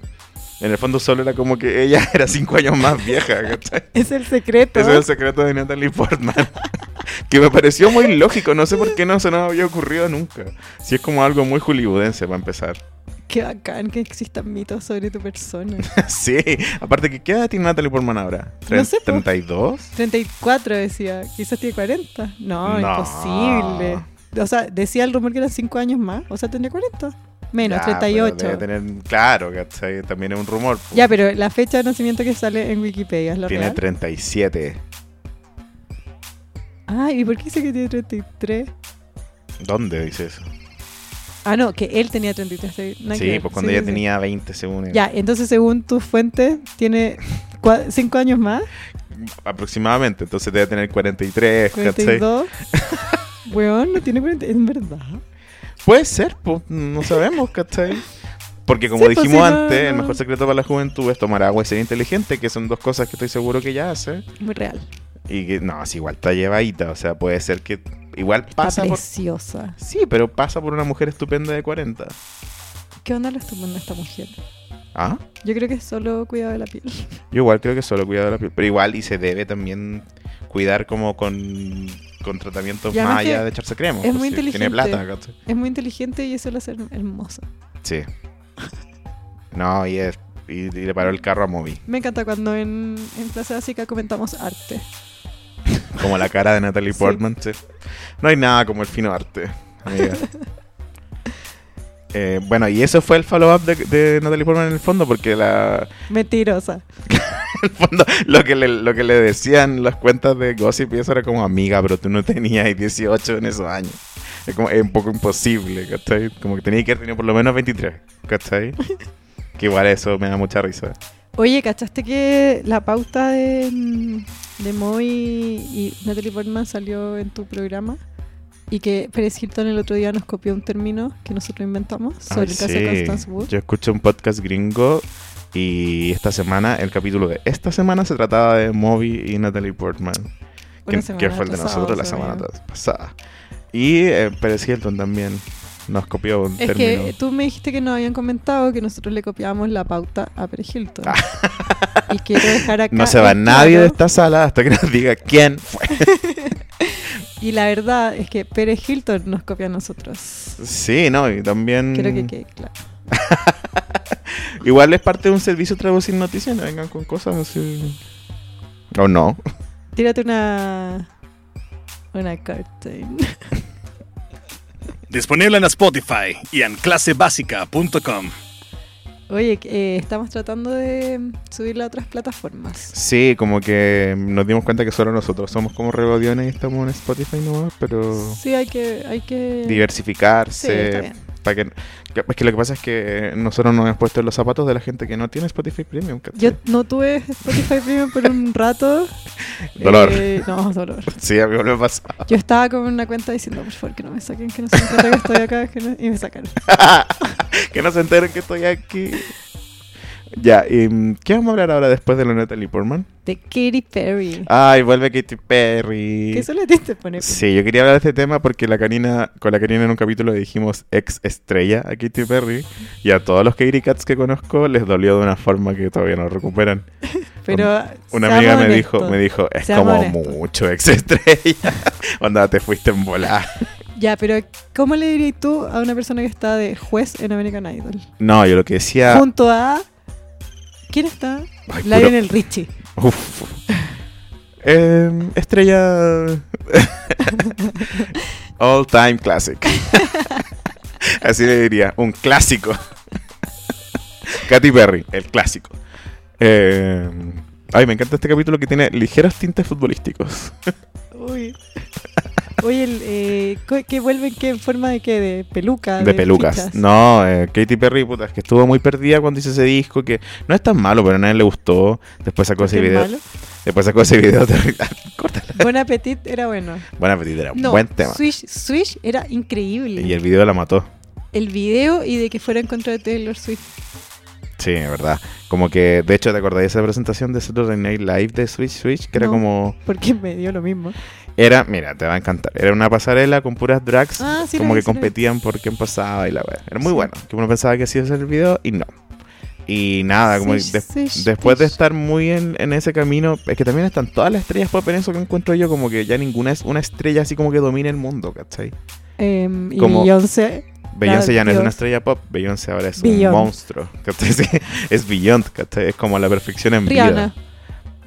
[SPEAKER 1] en el fondo solo era como que ella era cinco años más vieja, ¿cachai?
[SPEAKER 2] Es el secreto.
[SPEAKER 1] Ese es el secreto de Natalie Portman. que me pareció muy lógico, no sé por qué no se nos había ocurrido nunca. Si es como algo muy hollywoodense para empezar.
[SPEAKER 2] Qué bacán que existan mitos sobre tu persona.
[SPEAKER 1] sí, aparte que ¿qué edad tiene Natalie Portman ahora? ¿Tre-
[SPEAKER 2] No sé, pues. po.
[SPEAKER 1] ¿32?
[SPEAKER 2] 34 decía, quizás tiene 40. No,
[SPEAKER 1] No.
[SPEAKER 2] imposible. O sea, decía el rumor que eran 5 años más. O sea, tendría 40. Menos,
[SPEAKER 1] Ya, pero
[SPEAKER 2] 38.
[SPEAKER 1] debe tener- claro, ¿cachai? También es un rumor. po.
[SPEAKER 2] Ya, pero la fecha de nacimiento que sale en Wikipedia es la
[SPEAKER 1] tiene
[SPEAKER 2] real.
[SPEAKER 1] 37.
[SPEAKER 2] Ah, ¿y por qué dice que tiene 33?
[SPEAKER 1] ¿Dónde dice eso?
[SPEAKER 2] Ah, no, que él tenía 33. Sí, nada que
[SPEAKER 1] sí,
[SPEAKER 2] ver.
[SPEAKER 1] pues cuando
[SPEAKER 2] Sí,
[SPEAKER 1] ella
[SPEAKER 2] sí, sí.
[SPEAKER 1] tenía 20 según él.
[SPEAKER 2] Ya, entonces según tus fuentes, tiene 5 años más,
[SPEAKER 1] Aproximadamente, entonces debe tener 43, ¿cachai?
[SPEAKER 2] 42. Weón, no tiene 40. En verdad.
[SPEAKER 1] Puede ser, po, no sabemos, ¿cachai? Porque como
[SPEAKER 2] Sí, pues,
[SPEAKER 1] dijimos
[SPEAKER 2] sí, no,
[SPEAKER 1] antes, el
[SPEAKER 2] no.
[SPEAKER 1] mejor secreto para la juventud es tomar agua y ser inteligente, que son dos cosas que estoy seguro que ella hace.
[SPEAKER 2] Muy real.
[SPEAKER 1] Y que no, si igual está llevadita, o sea, puede ser que igual
[SPEAKER 2] Está
[SPEAKER 1] pasa por...
[SPEAKER 2] preciosa.
[SPEAKER 1] Sí, pero pasa por una mujer estupenda de 40.
[SPEAKER 2] ¿Qué onda le está poniendo a esta mujer?
[SPEAKER 1] Ah,
[SPEAKER 2] Yo creo que es solo cuidado de la piel.
[SPEAKER 1] yo igual creo que solo cuidado de la piel, pero igual y se debe también cuidar como con, con tratamientos
[SPEAKER 2] Y además
[SPEAKER 1] más allá
[SPEAKER 2] que
[SPEAKER 1] de echarse crema. pues,
[SPEAKER 2] es muy
[SPEAKER 1] si
[SPEAKER 2] inteligente.
[SPEAKER 1] Tiene plata, ¿cachai?
[SPEAKER 2] Es muy inteligente y eso la hace hermosa.
[SPEAKER 1] Sí. No, y, es, y, y le paró el carro a Moby.
[SPEAKER 2] Me encanta cuando en, en Plaza Básica comentamos arte.
[SPEAKER 1] Como la cara de Natalie
[SPEAKER 2] Sí.
[SPEAKER 1] Portman, sí. No hay nada como el fino arte, amiga. Eh, bueno, y eso fue el follow-up de, de Natalie Portman en el fondo, porque la,
[SPEAKER 2] Mentirosa.
[SPEAKER 1] el fondo, lo, que le, lo que le decían las cuentas de Gossip y eso era como, amiga, pero tú no tenías 18 en esos años. Es, como, es un poco imposible, ¿cachai? Como que tenía que haber tenido por lo menos 23, ¿cachai? que igual eso me da mucha risa.
[SPEAKER 2] Oye, ¿cachaste que la pauta de, mm, de Moy y Natalie Portman salió en tu programa? Y que Pérez Hilton el otro día nos copió un término que nosotros inventamos sobre
[SPEAKER 1] Ay,
[SPEAKER 2] el caso
[SPEAKER 1] Ah, sí.
[SPEAKER 2] de Constance Wood.
[SPEAKER 1] Yo escuché un podcast gringo y esta semana, el capítulo de esta semana se trataba de Moby y Natalie Portman, que, que
[SPEAKER 2] Una semana
[SPEAKER 1] fue el de
[SPEAKER 2] atrasado,
[SPEAKER 1] nosotros la
[SPEAKER 2] se
[SPEAKER 1] semana
[SPEAKER 2] veía.
[SPEAKER 1] tas- pasada. Y eh, Pérez Hilton también nos copió un
[SPEAKER 2] Es
[SPEAKER 1] término.
[SPEAKER 2] que tú me dijiste que nos habían comentado que nosotros le copiábamos la pauta a Pérez Hilton. y quiero dejar acá.
[SPEAKER 1] Ah. no se va
[SPEAKER 2] en
[SPEAKER 1] nadie de
[SPEAKER 2] claro-
[SPEAKER 1] esta sala hasta que nos diga quién fue.
[SPEAKER 2] Y la verdad es que Pérez Hilton nos copia a nosotros.
[SPEAKER 1] Sí, no, y también.
[SPEAKER 2] Creo que quede claro.
[SPEAKER 1] Igual es parte de un servicio traducir noticias, no vengan con cosas así. O no.
[SPEAKER 2] Tírate una. Una curtain.
[SPEAKER 3] Disponible en Spotify y en clasebásica.com.
[SPEAKER 2] Oye, eh, estamos tratando de subirlo a otras plataformas.
[SPEAKER 1] Sí, como que nos dimos cuenta que solo nosotros somos como rebodiones y estamos en Spotify nomás, pero
[SPEAKER 2] Sí, hay que... Hay que... Sí, está
[SPEAKER 1] diversificarse.
[SPEAKER 2] bien.
[SPEAKER 1] para que, que- es que lo que pasa es que nosotros nos hemos puesto en los zapatos de la gente que no tiene Spotify Premium. ¿cachai?
[SPEAKER 2] Yo no tuve Spotify Premium por un rato.
[SPEAKER 1] Dolor.
[SPEAKER 2] Eh, no, dolor.
[SPEAKER 1] Sí, a mí me pasa.
[SPEAKER 2] Yo estaba con una cuenta diciendo, por favor, que no me saquen, que no se encuentre que estoy acá, que no- y me sacaron.
[SPEAKER 1] que no se enteren que estoy aquí. Ya, y, ¿qué vamos a hablar ahora después de la Natalie Portman?
[SPEAKER 2] De Katy Perry.
[SPEAKER 1] Ay, vuelve Katy Perry.
[SPEAKER 2] Que eso le tienes que poner.
[SPEAKER 1] Ah, Sí, yo quería hablar de este tema porque la canina, con la canina en un capítulo le dijimos ex estrella a Katy Perry y a todos los Katy Cats que conozco les dolió de una forma que todavía no recuperan.
[SPEAKER 2] Pero
[SPEAKER 1] Una
[SPEAKER 2] seamos
[SPEAKER 1] amiga me
[SPEAKER 2] honestos.
[SPEAKER 1] dijo, me dijo, es
[SPEAKER 2] Seamos
[SPEAKER 1] como
[SPEAKER 2] honestos.
[SPEAKER 1] mucho ex estrella. Onda, te fuiste en volar.
[SPEAKER 2] Ya, pero ¿cómo le dirías tú a una persona que está de juez en American Idol?
[SPEAKER 1] No, yo lo que decía,
[SPEAKER 2] Junto a... ¿Quién está?
[SPEAKER 1] Ah. Ay,
[SPEAKER 2] Lionel Richie.
[SPEAKER 1] Uf. Em, estrella. All time classic. Así le diría. Un clásico. Katy Perry, el clásico. Em, ay, me encanta este capítulo que tiene ligeros tintes futbolísticos.
[SPEAKER 2] Uy. Oye, el, eh, co- ¿qué vuelven? ¿Qué en forma de qué? ¿De peluca?
[SPEAKER 1] De pelucas.
[SPEAKER 2] fichas.
[SPEAKER 1] No, eh, Katy Perry, puta, es que estuvo muy perdida cuando hizo ese disco. Que no es tan malo, pero a nadie le gustó. Después sacó ese
[SPEAKER 2] ¿Qué
[SPEAKER 1] video.
[SPEAKER 2] malo?
[SPEAKER 1] Después sacó ese video de. Córtala.
[SPEAKER 2] Bon Appetit era bueno.
[SPEAKER 1] Buena apetito, era un
[SPEAKER 2] No,
[SPEAKER 1] buen tema.
[SPEAKER 2] Swish, Swish era increíble.
[SPEAKER 1] Y el video la mató.
[SPEAKER 2] el video y de que fuera en contra de Taylor Swift.
[SPEAKER 1] Sí, es verdad. Como que, de hecho, ¿te acordás de esa presentación de Saturday Night Live de Switch Switch? Que era
[SPEAKER 2] No.
[SPEAKER 1] como.
[SPEAKER 2] Porque me dio lo mismo.
[SPEAKER 1] Era, mira, te va a encantar. Era una pasarela con puras drags.
[SPEAKER 2] Ah, sí lo
[SPEAKER 1] como
[SPEAKER 2] vi,
[SPEAKER 1] que
[SPEAKER 2] sí lo vi.
[SPEAKER 1] competían por quién pasaba y la verdad. Era muy
[SPEAKER 2] Sí.
[SPEAKER 1] bueno. Que uno pensaba que así iba a ser el video y no. Y nada, como
[SPEAKER 2] Swish,
[SPEAKER 1] des-
[SPEAKER 2] swish,
[SPEAKER 1] después de
[SPEAKER 2] swish.
[SPEAKER 1] estar muy en, en ese camino, es que también están todas las estrellas pop en eso que encuentro yo, como que ya ninguna es una estrella así como que domina el mundo, ¿cachai?
[SPEAKER 2] Em, y
[SPEAKER 1] Como-
[SPEAKER 2] Beyoncé.
[SPEAKER 1] Beyoncé ya no es
[SPEAKER 2] Dios.
[SPEAKER 1] una estrella pop, Beyoncé ahora es
[SPEAKER 2] Beyond.
[SPEAKER 1] un monstruo, ¿cachai? Sí, Es Beyond, ¿cachai? Es como la perfección en vida.
[SPEAKER 2] Rihanna.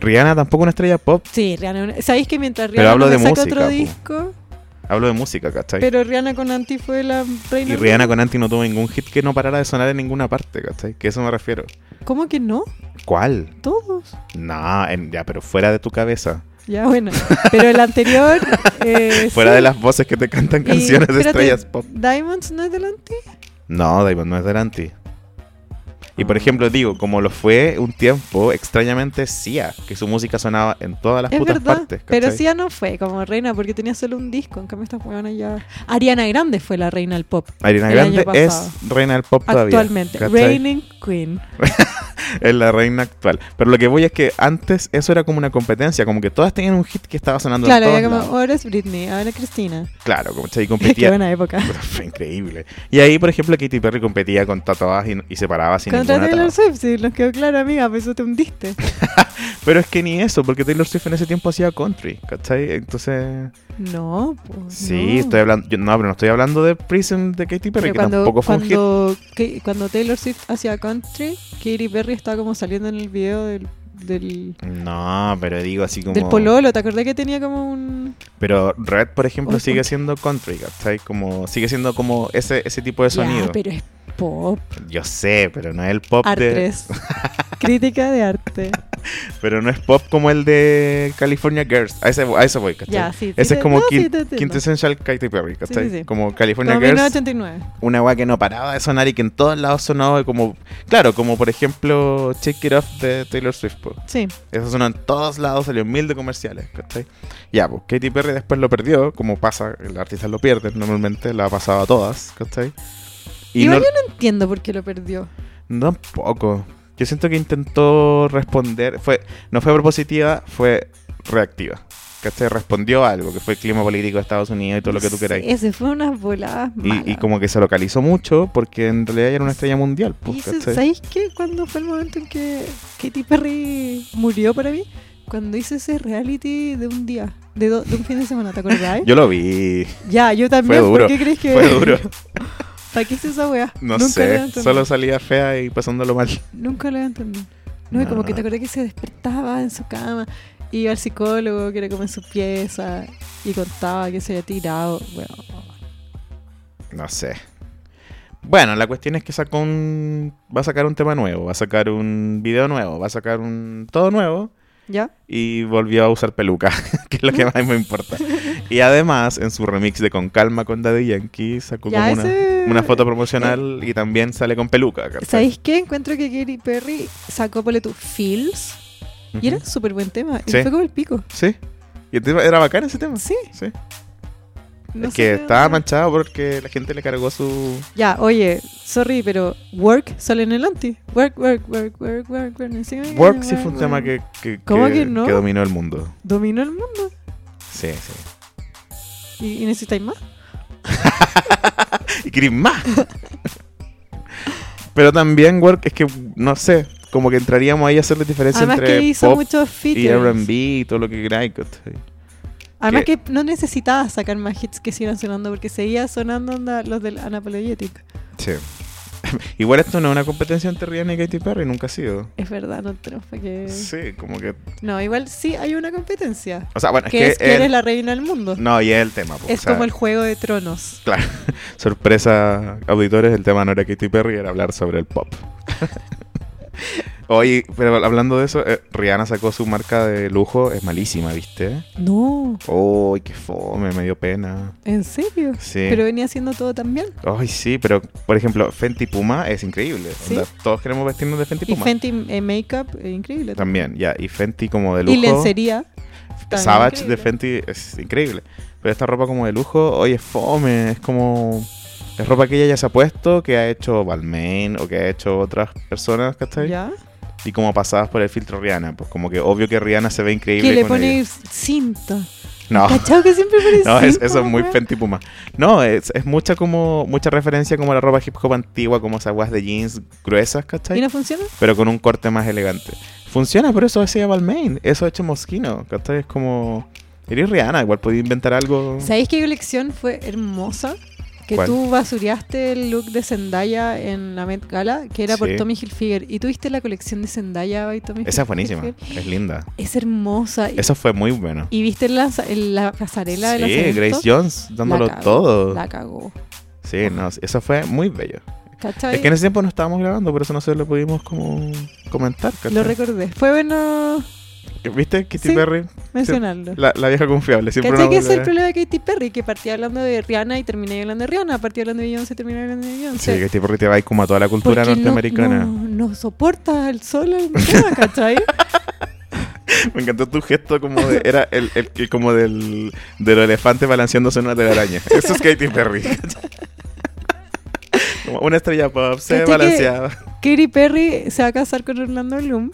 [SPEAKER 1] Rihanna tampoco una estrella pop.
[SPEAKER 2] Sí, Rihanna. ¿Sabéis que mientras Rihanna
[SPEAKER 1] hablo
[SPEAKER 2] no me
[SPEAKER 1] de
[SPEAKER 2] saca
[SPEAKER 1] música,
[SPEAKER 2] otro
[SPEAKER 1] po.
[SPEAKER 2] disco?
[SPEAKER 1] Hablo de música, ¿cachai?
[SPEAKER 2] Pero Rihanna con Anti fue la reina.
[SPEAKER 1] y
[SPEAKER 2] del
[SPEAKER 1] Rihanna
[SPEAKER 2] mundo.
[SPEAKER 1] con Anti no tuvo ningún hit que no parara de sonar en ninguna parte, ¿cachai? Que eso me refiero.
[SPEAKER 2] ¿Cómo que no?
[SPEAKER 1] ¿Cuál?
[SPEAKER 2] Todos.
[SPEAKER 1] No, en- ya, pero fuera de tu cabeza.
[SPEAKER 2] Ya, bueno. Pero el anterior. eh,
[SPEAKER 1] Fuera
[SPEAKER 2] sí.
[SPEAKER 1] de las voces que te cantan
[SPEAKER 2] Y,
[SPEAKER 1] canciones de
[SPEAKER 2] espérate,
[SPEAKER 1] estrellas pop.
[SPEAKER 2] ¿Diamonds no es del Anti?
[SPEAKER 1] No, Diamond no es del Anti. Y por
[SPEAKER 2] Ah.
[SPEAKER 1] ejemplo, digo, como lo fue un tiempo, extrañamente Sia, que su música sonaba en todas las
[SPEAKER 2] Es
[SPEAKER 1] putas
[SPEAKER 2] verdad.
[SPEAKER 1] partes.
[SPEAKER 2] pero
[SPEAKER 1] ¿cachai?
[SPEAKER 2] sí ya no fue como reina porque tenía solo un disco. En cambio, esta huevona ya. Ariana Grande fue la reina del pop.
[SPEAKER 1] Ariana
[SPEAKER 2] el año
[SPEAKER 1] Grande es
[SPEAKER 2] pasado.
[SPEAKER 1] reina del pop todavía.
[SPEAKER 2] Actualmente,
[SPEAKER 1] ¿cachai?
[SPEAKER 2] Reigning Queen.
[SPEAKER 1] Es la reina actual. Pero lo que voy es que antes eso era como una competencia, como que todas tenían un hit que estaba sonando
[SPEAKER 2] Claro,
[SPEAKER 1] en
[SPEAKER 2] era
[SPEAKER 1] todos
[SPEAKER 2] como,
[SPEAKER 1] lados.
[SPEAKER 2] ahora es Britney, ahora es Cristina.
[SPEAKER 1] Claro, como y
[SPEAKER 2] Qué
[SPEAKER 1] competía.
[SPEAKER 2] buena época.
[SPEAKER 1] Fue increíble. Y ahí, por ejemplo, Katy Perry competía con tatuadas y, y se paraba sin
[SPEAKER 2] Contra
[SPEAKER 1] ninguna
[SPEAKER 2] Taylor
[SPEAKER 1] tatuaje.
[SPEAKER 2] Swift, sí, nos quedó claro, amiga, por eso te hundiste.
[SPEAKER 1] Pero es que ni eso, porque Taylor Swift en ese tiempo hacía country, ¿cachai? Entonces,
[SPEAKER 2] No, pues.
[SPEAKER 1] sí,
[SPEAKER 2] no.
[SPEAKER 1] estoy hablando, yo- no, pero no estoy hablando de Prison de Katy Perry,
[SPEAKER 2] Pero
[SPEAKER 1] que
[SPEAKER 2] cuando,
[SPEAKER 1] tampoco fue un hit.
[SPEAKER 2] cuando, que- cuando Taylor Swift hacía country, Katy Perry estaba como saliendo en el video del, del,
[SPEAKER 1] No, pero digo así como...
[SPEAKER 2] del pololo. ¿Te acordás que tenía como un.
[SPEAKER 1] Pero Red, por ejemplo,
[SPEAKER 2] Un
[SPEAKER 1] sigue
[SPEAKER 2] country.
[SPEAKER 1] siendo country, ¿cachai? Como, sigue siendo como ese, ese tipo de
[SPEAKER 2] Ya,
[SPEAKER 1] sonido.
[SPEAKER 2] pero es pop.
[SPEAKER 1] Yo sé, pero no es el pop
[SPEAKER 2] Art
[SPEAKER 1] de...
[SPEAKER 2] 3. Crítica de arte.
[SPEAKER 1] Pero no es pop como el de California Girls. A ese, a eso voy, ¿cachai?
[SPEAKER 2] Ya, sí, sí
[SPEAKER 1] Ese
[SPEAKER 2] te-
[SPEAKER 1] es como
[SPEAKER 2] no, sí
[SPEAKER 1] quin-
[SPEAKER 2] te entiendo.
[SPEAKER 1] Quintessential Katy Perry, ¿cachai?
[SPEAKER 2] sí.
[SPEAKER 1] Como California
[SPEAKER 2] Como
[SPEAKER 1] Girls,
[SPEAKER 2] 1989.
[SPEAKER 1] una weá que no paraba de sonar y que en todos lados sonaba y como... Claro, como por ejemplo Shake It Off de Taylor Swift, po.
[SPEAKER 2] Sí.
[SPEAKER 1] Eso sonó en todos lados, salió en mil de comerciales, ¿cachai? Ya, pues Katy Perry después lo perdió, como pasa, los artistas lo pierden normalmente, la ha pasado a todas, ¿cachai? Y
[SPEAKER 2] Igual
[SPEAKER 1] no,
[SPEAKER 2] Entiendo por qué lo perdió.
[SPEAKER 1] Tampoco. Yo siento que intentó responder. Fue, no fue propositiva, fue reactiva. ¿Cachai? Respondió a algo, que fue el clima político de Estados Unidos y todo lo que tú queráis.
[SPEAKER 2] Ese fue unas voladas malas.
[SPEAKER 1] Y, y como que se localizó mucho porque en realidad ella era una estrella mundial. pues,
[SPEAKER 2] Y se-
[SPEAKER 1] ¿cachai?
[SPEAKER 2] ¿Sabéis qué? Cuando fue el momento en que Katy Perry murió para mí, cuando hice ese reality de un día, de, do- de un fin de semana, ¿te acordáis?
[SPEAKER 1] Yo lo vi.
[SPEAKER 2] ya, yo también.
[SPEAKER 1] Fue duro,
[SPEAKER 2] ¿Por qué crees que.?
[SPEAKER 1] Fue duro.
[SPEAKER 2] ¿Para qué hice esa weá?
[SPEAKER 1] No
[SPEAKER 2] Nunca lo voy a
[SPEAKER 1] sé.
[SPEAKER 2] entender.
[SPEAKER 1] Solo salía fea y pasándolo mal.
[SPEAKER 2] Nunca lo había entendido. No, y
[SPEAKER 1] No,
[SPEAKER 2] como que
[SPEAKER 1] no.
[SPEAKER 2] te acordás que se despertaba en su cama, iba al psicólogo, que era como en su pieza, y contaba que se había tirado. Bueno,
[SPEAKER 1] No sé. Bueno, la cuestión es que sacó un. Va a sacar un tema nuevo, va a sacar un video nuevo, va a sacar un. todo nuevo.
[SPEAKER 2] ¿Ya?
[SPEAKER 1] Y volvió a usar peluca, que es lo que más me importa. Y además, en su remix de Con Calma con Daddy Yankee, sacó
[SPEAKER 2] Ya,
[SPEAKER 1] como una,
[SPEAKER 2] ese-
[SPEAKER 1] una foto promocional y también sale con peluca. ¿cachai?
[SPEAKER 2] ¿Sabéis qué? Encuentro que Katy Perry sacó, ponle tú, Feels.
[SPEAKER 1] Ujú.
[SPEAKER 2] Y era súper buen tema. Y
[SPEAKER 1] Sí.
[SPEAKER 2] fue como el pico.
[SPEAKER 1] Sí. Y el tema- era bacán ese tema.
[SPEAKER 2] Sí.
[SPEAKER 1] Sí.
[SPEAKER 2] no
[SPEAKER 1] es
[SPEAKER 2] sé
[SPEAKER 1] que
[SPEAKER 2] qué
[SPEAKER 1] estaba
[SPEAKER 2] onda.
[SPEAKER 1] manchado porque la gente le cargó su.
[SPEAKER 2] Ya, oye, sorry, pero work sale en el anti. Work, work, work, work, work, work. encima de
[SPEAKER 1] Work
[SPEAKER 2] que-
[SPEAKER 1] sí fue un tema
[SPEAKER 2] work.
[SPEAKER 1] que, que,
[SPEAKER 2] ¿Cómo que no?
[SPEAKER 1] dominó el mundo.
[SPEAKER 2] Dominó el mundo.
[SPEAKER 1] Sí, sí.
[SPEAKER 2] ¿Y, y necesitáis más?
[SPEAKER 1] Y queréis más. Pero también Work es que, no sé, como que entraríamos ahí a hacer la diferencia
[SPEAKER 2] Además
[SPEAKER 1] entre
[SPEAKER 2] que hizo
[SPEAKER 1] pop
[SPEAKER 2] muchos
[SPEAKER 1] y
[SPEAKER 2] features.
[SPEAKER 1] RB y todo lo que queráis. ¿cachai?
[SPEAKER 2] Además
[SPEAKER 1] que-
[SPEAKER 2] que... no necesitaba sacar más hits que siguieran sonando porque seguía sonando onda los del Unapologetic.
[SPEAKER 1] Sí. Igual esto no es una competencia entre Rihanna y Katy Perry, nunca ha sido.
[SPEAKER 2] Es verdad, no tenemos para que...
[SPEAKER 1] Sí, como que.
[SPEAKER 2] No, igual sí hay una competencia.
[SPEAKER 1] O sea, bueno, es
[SPEAKER 2] que
[SPEAKER 1] que.
[SPEAKER 2] es que
[SPEAKER 1] el-
[SPEAKER 2] eres la reina del mundo.
[SPEAKER 1] No, y es el tema. po,
[SPEAKER 2] es
[SPEAKER 1] o sea,
[SPEAKER 2] como el Juego de Tronos.
[SPEAKER 1] Claro. Sorpresa, auditores, el tema no era Katy Perry, era hablar sobre el pop. Oye, pero hablando de eso, eh, Rihanna sacó su marca de lujo, es malísima, ¿viste?
[SPEAKER 2] No,
[SPEAKER 1] Uy, qué fome, me dio pena.
[SPEAKER 2] en serio.
[SPEAKER 1] Sí.
[SPEAKER 2] Pero venía haciendo todo tan bien.
[SPEAKER 1] Ay, sí, pero por ejemplo, Fenty Puma es increíble.
[SPEAKER 2] Sí.
[SPEAKER 1] Onda, todos queremos vestirnos de Fenty
[SPEAKER 2] Y
[SPEAKER 1] Puma.
[SPEAKER 2] Fenty eh, Makeup, eh, increíble.
[SPEAKER 1] pues, También, ya. Y Fenty como de lujo.
[SPEAKER 2] Y lencería. también
[SPEAKER 1] Savage
[SPEAKER 2] increíble.
[SPEAKER 1] de Fenty es increíble. Pero esta ropa como de lujo, oye, es fome. Es como. Es ropa que ella ya se ha puesto, que ha hecho Balmain o que ha hecho otras personas, ¿cachai?
[SPEAKER 2] ¿Ya?
[SPEAKER 1] Y como pasadas por el filtro Rihanna. Pues como que obvio que Rihanna se ve increíble.
[SPEAKER 2] Que le
[SPEAKER 1] con
[SPEAKER 2] pone
[SPEAKER 1] ello.
[SPEAKER 2] cinta.
[SPEAKER 1] No.
[SPEAKER 2] ¿Cachado que siempre pone
[SPEAKER 1] Ah. No, es-
[SPEAKER 2] cinta,
[SPEAKER 1] eso es muy
[SPEAKER 2] weón?
[SPEAKER 1] Fenty Puma. No, es, es mucha como mucha referencia como a la ropa hip hop antigua, como esas guas de jeans gruesas, ¿cachai?
[SPEAKER 2] ¿Y no funciona?
[SPEAKER 1] pero con un corte más elegante. Funciona, pero eso hacía Balmain, eso ha hecho Moschino, ¿cachai? Es como... Eres Rihanna, igual podía inventar algo...
[SPEAKER 2] ¿Sabéis qué colección fue hermosa? Que
[SPEAKER 1] ¿Cuál?
[SPEAKER 2] tú basureaste el look de Zendaya en la Met Gala, que era por
[SPEAKER 1] Sí.
[SPEAKER 2] Tommy Hilfiger. Y tuviste la colección de Zendaya by Tommy
[SPEAKER 1] Esa es
[SPEAKER 2] Hilfiger.
[SPEAKER 1] buenísima, es linda.
[SPEAKER 2] Es hermosa. Y,
[SPEAKER 1] Eso fue muy bueno.
[SPEAKER 2] y viste la, la pasarela de
[SPEAKER 1] sí,
[SPEAKER 2] lanzamiento?
[SPEAKER 1] Grace Jones dándolo
[SPEAKER 2] cagó,
[SPEAKER 1] todo.
[SPEAKER 2] La cagó.
[SPEAKER 1] Sí, no, eso fue muy bello.
[SPEAKER 2] ¿Cachai?
[SPEAKER 1] Es que en ese tiempo no estábamos grabando, por eso no se lo pudimos como comentar. ¿cachai?
[SPEAKER 2] Lo recordé. Fue bueno
[SPEAKER 1] ¿Viste? Kitty
[SPEAKER 2] Sí.
[SPEAKER 1] Perry,
[SPEAKER 2] mencionarlo.
[SPEAKER 1] la, ¿eh? la vieja confiable. Siempre
[SPEAKER 2] ¿Cachai
[SPEAKER 1] una
[SPEAKER 2] que ese es el
[SPEAKER 1] volverá.
[SPEAKER 2] problema de Katy Perry? Que partía hablando de Rihanna y terminé hablando de Rihanna, partía hablando de Beyoncé y terminé hablando de
[SPEAKER 1] Sí,
[SPEAKER 2] Beyoncé.
[SPEAKER 1] que Kitty Perry te va a ir como a toda la
[SPEAKER 2] Porque
[SPEAKER 1] cultura norteamericana.
[SPEAKER 2] No, no, no soporta el sol el tema, ¿cachai?
[SPEAKER 1] Me encantó tu gesto como de. Era el, el- el- como del, del elefante balanceándose en una telaraña. Eso es Katy Perry. Como una estrella pop, se
[SPEAKER 2] Caché que-
[SPEAKER 1] balanceaba.
[SPEAKER 2] Katy Perry se va a casar con Orlando Bloom